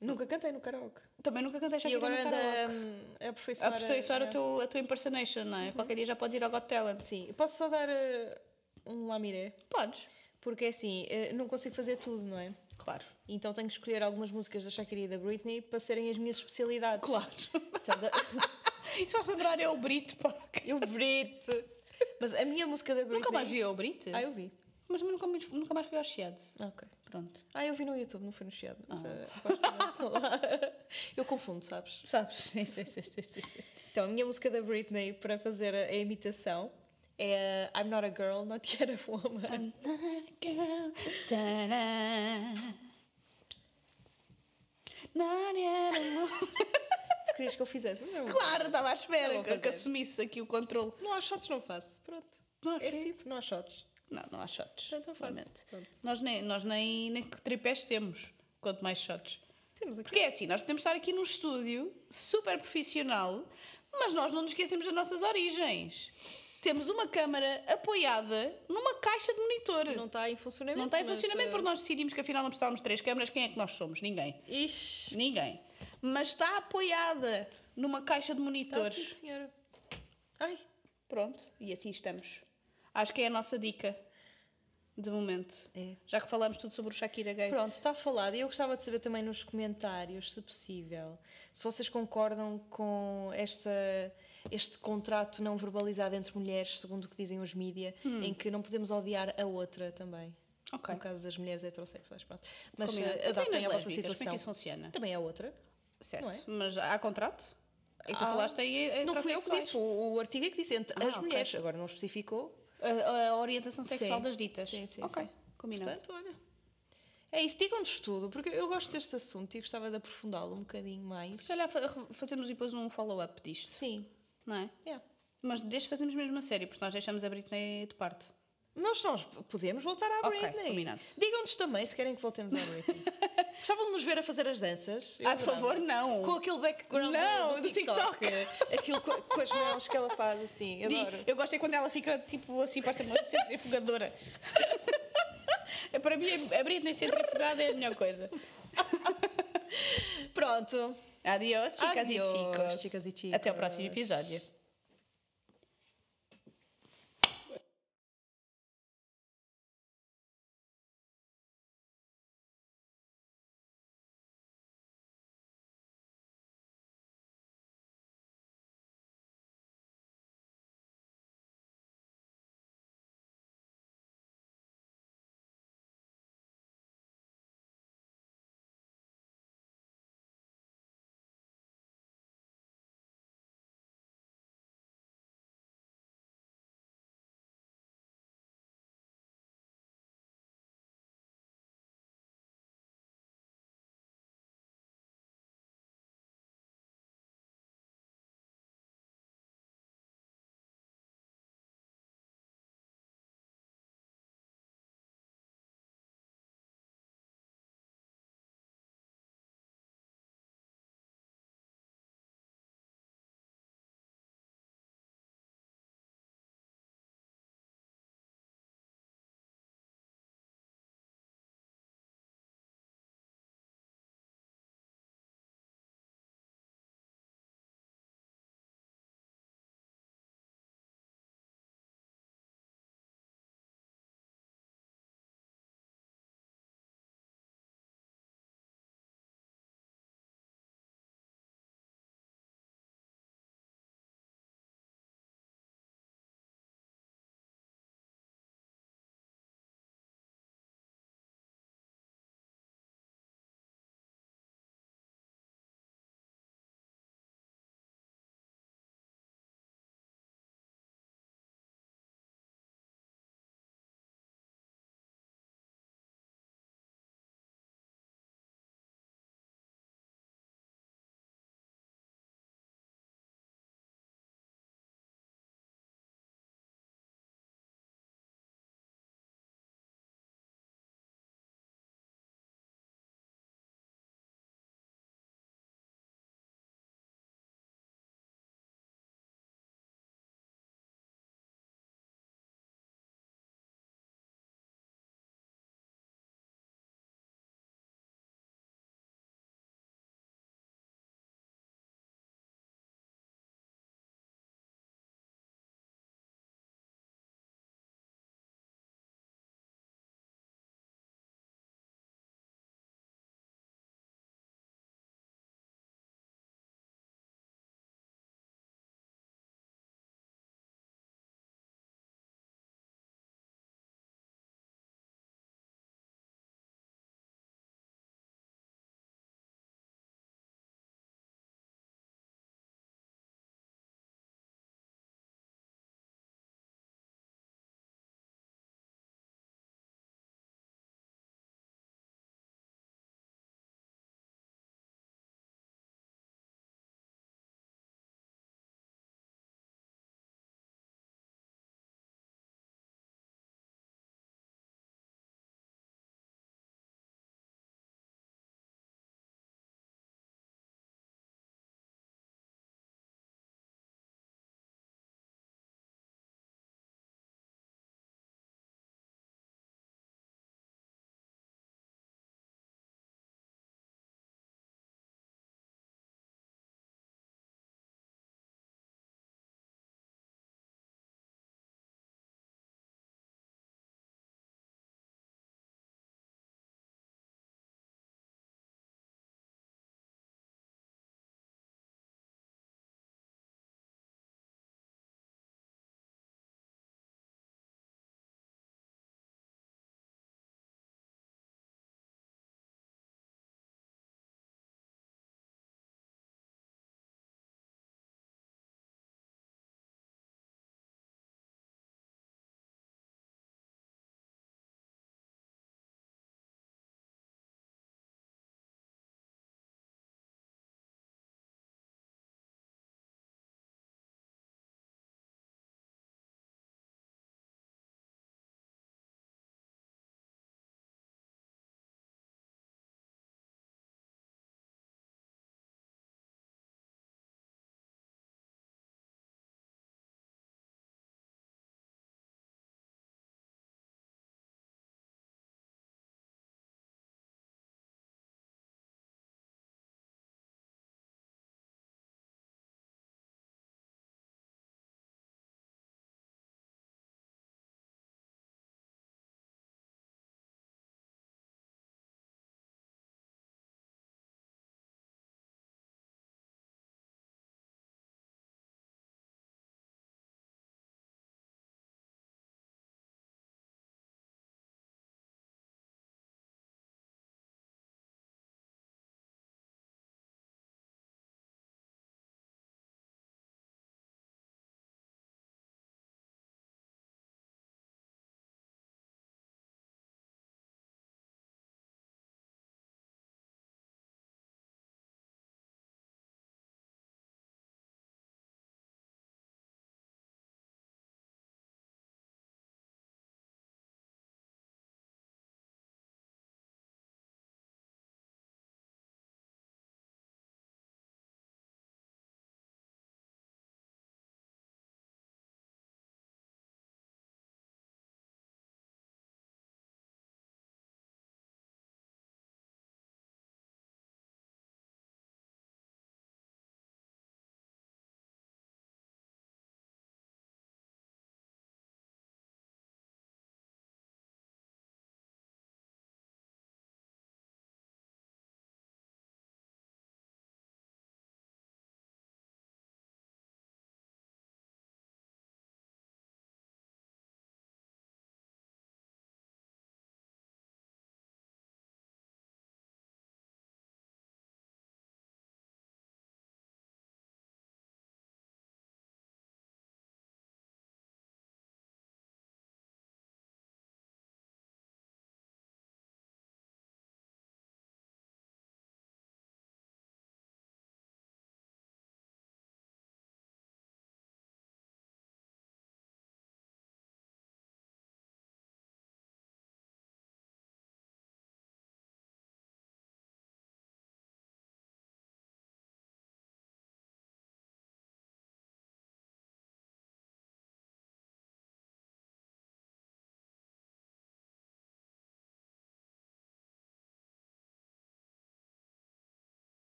[SPEAKER 3] Nunca cantei no karaoke.
[SPEAKER 4] Também nunca cantei
[SPEAKER 3] E
[SPEAKER 4] Shakira
[SPEAKER 3] agora
[SPEAKER 4] no
[SPEAKER 3] anda
[SPEAKER 4] karaoke.
[SPEAKER 3] hum, a aperfeiçoar.
[SPEAKER 4] Aperfeiçoar
[SPEAKER 3] é.
[SPEAKER 4] a, teu- a tua impersonation, não é? Qualquer dia já podes ir ao Got Talent.
[SPEAKER 3] Sim, posso só dar eh, um lamiré?
[SPEAKER 4] Podes.
[SPEAKER 3] Porque é assim, eh, não consigo fazer tudo, não é?
[SPEAKER 4] Claro.
[SPEAKER 3] Então tenho que escolher algumas músicas da Shakira e da Britney para serem as minhas especialidades.
[SPEAKER 4] Claro.
[SPEAKER 3] Então, da- [laughs]
[SPEAKER 4] Isso faz lembrar eu o Brito, pá.
[SPEAKER 3] eu Brit. Mas a minha música da Britney.
[SPEAKER 4] Nunca mais vi eu o Brito.
[SPEAKER 3] Ah, eu vi.
[SPEAKER 4] Mas nunca, mais- nunca mais fui ao Chiado.
[SPEAKER 3] Ok.
[SPEAKER 4] Pronto.
[SPEAKER 3] Ah, eu vi no YouTube, não foi no Chiado.
[SPEAKER 4] Ah.
[SPEAKER 3] Mas, eh, gosto de lá. [laughs] eu confundo, sabes?
[SPEAKER 4] Sabes? Sim, sim, sim, sim, sim, sim.
[SPEAKER 3] Então, a minha música da Britney para fazer a, a imitação é a I'm Not a Girl, Not Yet a Woman.
[SPEAKER 4] Another girl. Tadá.
[SPEAKER 3] Tu querias que eu fizesse? Mas não
[SPEAKER 4] [laughs]
[SPEAKER 3] vou.
[SPEAKER 4] Claro, estava à espera
[SPEAKER 3] Não vou
[SPEAKER 4] que, que
[SPEAKER 3] fazer.
[SPEAKER 4] assumisse aqui o controle.
[SPEAKER 3] Não há shots, não faço. Pronto.
[SPEAKER 4] Não há
[SPEAKER 3] é
[SPEAKER 4] quê?
[SPEAKER 3] simples, não há shots.
[SPEAKER 4] Não, não há shots.
[SPEAKER 3] Então faço.
[SPEAKER 4] realmente.
[SPEAKER 3] Pronto.
[SPEAKER 4] Nós, nem, nós nem, nem que tripés temos, quanto mais shots.
[SPEAKER 3] Temos aqui.
[SPEAKER 4] Porque é assim, nós podemos estar aqui num estúdio super profissional, mas nós não nos esquecemos das nossas origens. Temos uma câmara apoiada numa caixa de monitor.
[SPEAKER 1] Não está em funcionamento.
[SPEAKER 4] Não está em
[SPEAKER 1] mas,
[SPEAKER 4] funcionamento
[SPEAKER 1] eh,
[SPEAKER 4] porque nós decidimos que afinal não precisávamos de três câmaras. Quem é que nós somos? Ninguém.
[SPEAKER 1] Ixi.
[SPEAKER 4] Ninguém. Mas está apoiada numa caixa
[SPEAKER 1] Está
[SPEAKER 4] de
[SPEAKER 3] Ah,
[SPEAKER 4] monitores.
[SPEAKER 3] Tá,
[SPEAKER 1] sim, senhora. Ai,
[SPEAKER 4] Pronto, e assim estamos. Acho que é a nossa dica de momento.
[SPEAKER 1] É.
[SPEAKER 4] Já que falamos tudo sobre o Shakira Gates.
[SPEAKER 1] Pronto,
[SPEAKER 3] Está falado. E eu gostava de saber também nos comentários, se possível, se vocês concordam com esta, este contrato não verbalizado entre mulheres, segundo o que dizem os mídia, em que não podemos odiar a outra também.
[SPEAKER 4] Hum. Ok.
[SPEAKER 3] No caso das mulheres heterossexuais, pronto. Mas
[SPEAKER 4] Combinado. Então, e
[SPEAKER 3] eh,
[SPEAKER 4] nas
[SPEAKER 3] adaptem a vossa
[SPEAKER 4] lésbicas, como é que
[SPEAKER 3] situação.
[SPEAKER 4] isso funciona?
[SPEAKER 3] Também é outra.
[SPEAKER 4] Certo.
[SPEAKER 3] não é?
[SPEAKER 4] Mas há contrato? É que tu
[SPEAKER 3] Há-
[SPEAKER 4] falaste aí. é- é
[SPEAKER 3] Não fui eu que
[SPEAKER 4] transexuais.
[SPEAKER 3] disse, o, o artigo é que disse entre
[SPEAKER 4] Ah,
[SPEAKER 3] as
[SPEAKER 4] ok.
[SPEAKER 3] mulheres, agora não especificou.
[SPEAKER 4] A, a orientação sexual
[SPEAKER 3] Sim.
[SPEAKER 4] das ditas.
[SPEAKER 3] Sim, sim,
[SPEAKER 4] Ok,
[SPEAKER 3] sim.
[SPEAKER 4] combinado.
[SPEAKER 3] Portanto, olha. É isso, digam-nos tudo, porque eu gosto deste assunto e gostava de aprofundá-lo um bocadinho mais.
[SPEAKER 4] Se calhar fa- fazemos depois um follow-up disto,
[SPEAKER 3] Sim,
[SPEAKER 4] não é?
[SPEAKER 3] é.
[SPEAKER 4] Mas deixa fazemos mesmo a série, porque nós deixamos a Britney de parte.
[SPEAKER 3] Nós, nós podemos voltar à
[SPEAKER 4] Ok,
[SPEAKER 3] Britney.
[SPEAKER 4] combinado.
[SPEAKER 3] Digam-nos também se querem que voltemos à [laughs] Britney. Gostavam de nos ver a fazer as danças? Eu
[SPEAKER 4] Ah, por
[SPEAKER 3] adorava.
[SPEAKER 4] favor, não.
[SPEAKER 3] Com aquele background
[SPEAKER 4] Não,
[SPEAKER 3] do,
[SPEAKER 4] do
[SPEAKER 3] TikTok. Aquilo co- com, as mãos que ela faz assim,
[SPEAKER 4] Di-
[SPEAKER 3] adoro.
[SPEAKER 4] Eu gosto é quando ela fica tipo assim, parece uma centrifugadora. [laughs] É, Para mim, a Britney centrifugada é a melhor coisa.
[SPEAKER 3] Pronto.
[SPEAKER 4] Adiós, chicas
[SPEAKER 3] Adiós,
[SPEAKER 4] e chicos.
[SPEAKER 3] chicas e
[SPEAKER 4] Até o próximo
[SPEAKER 3] chicos.
[SPEAKER 4] episódio.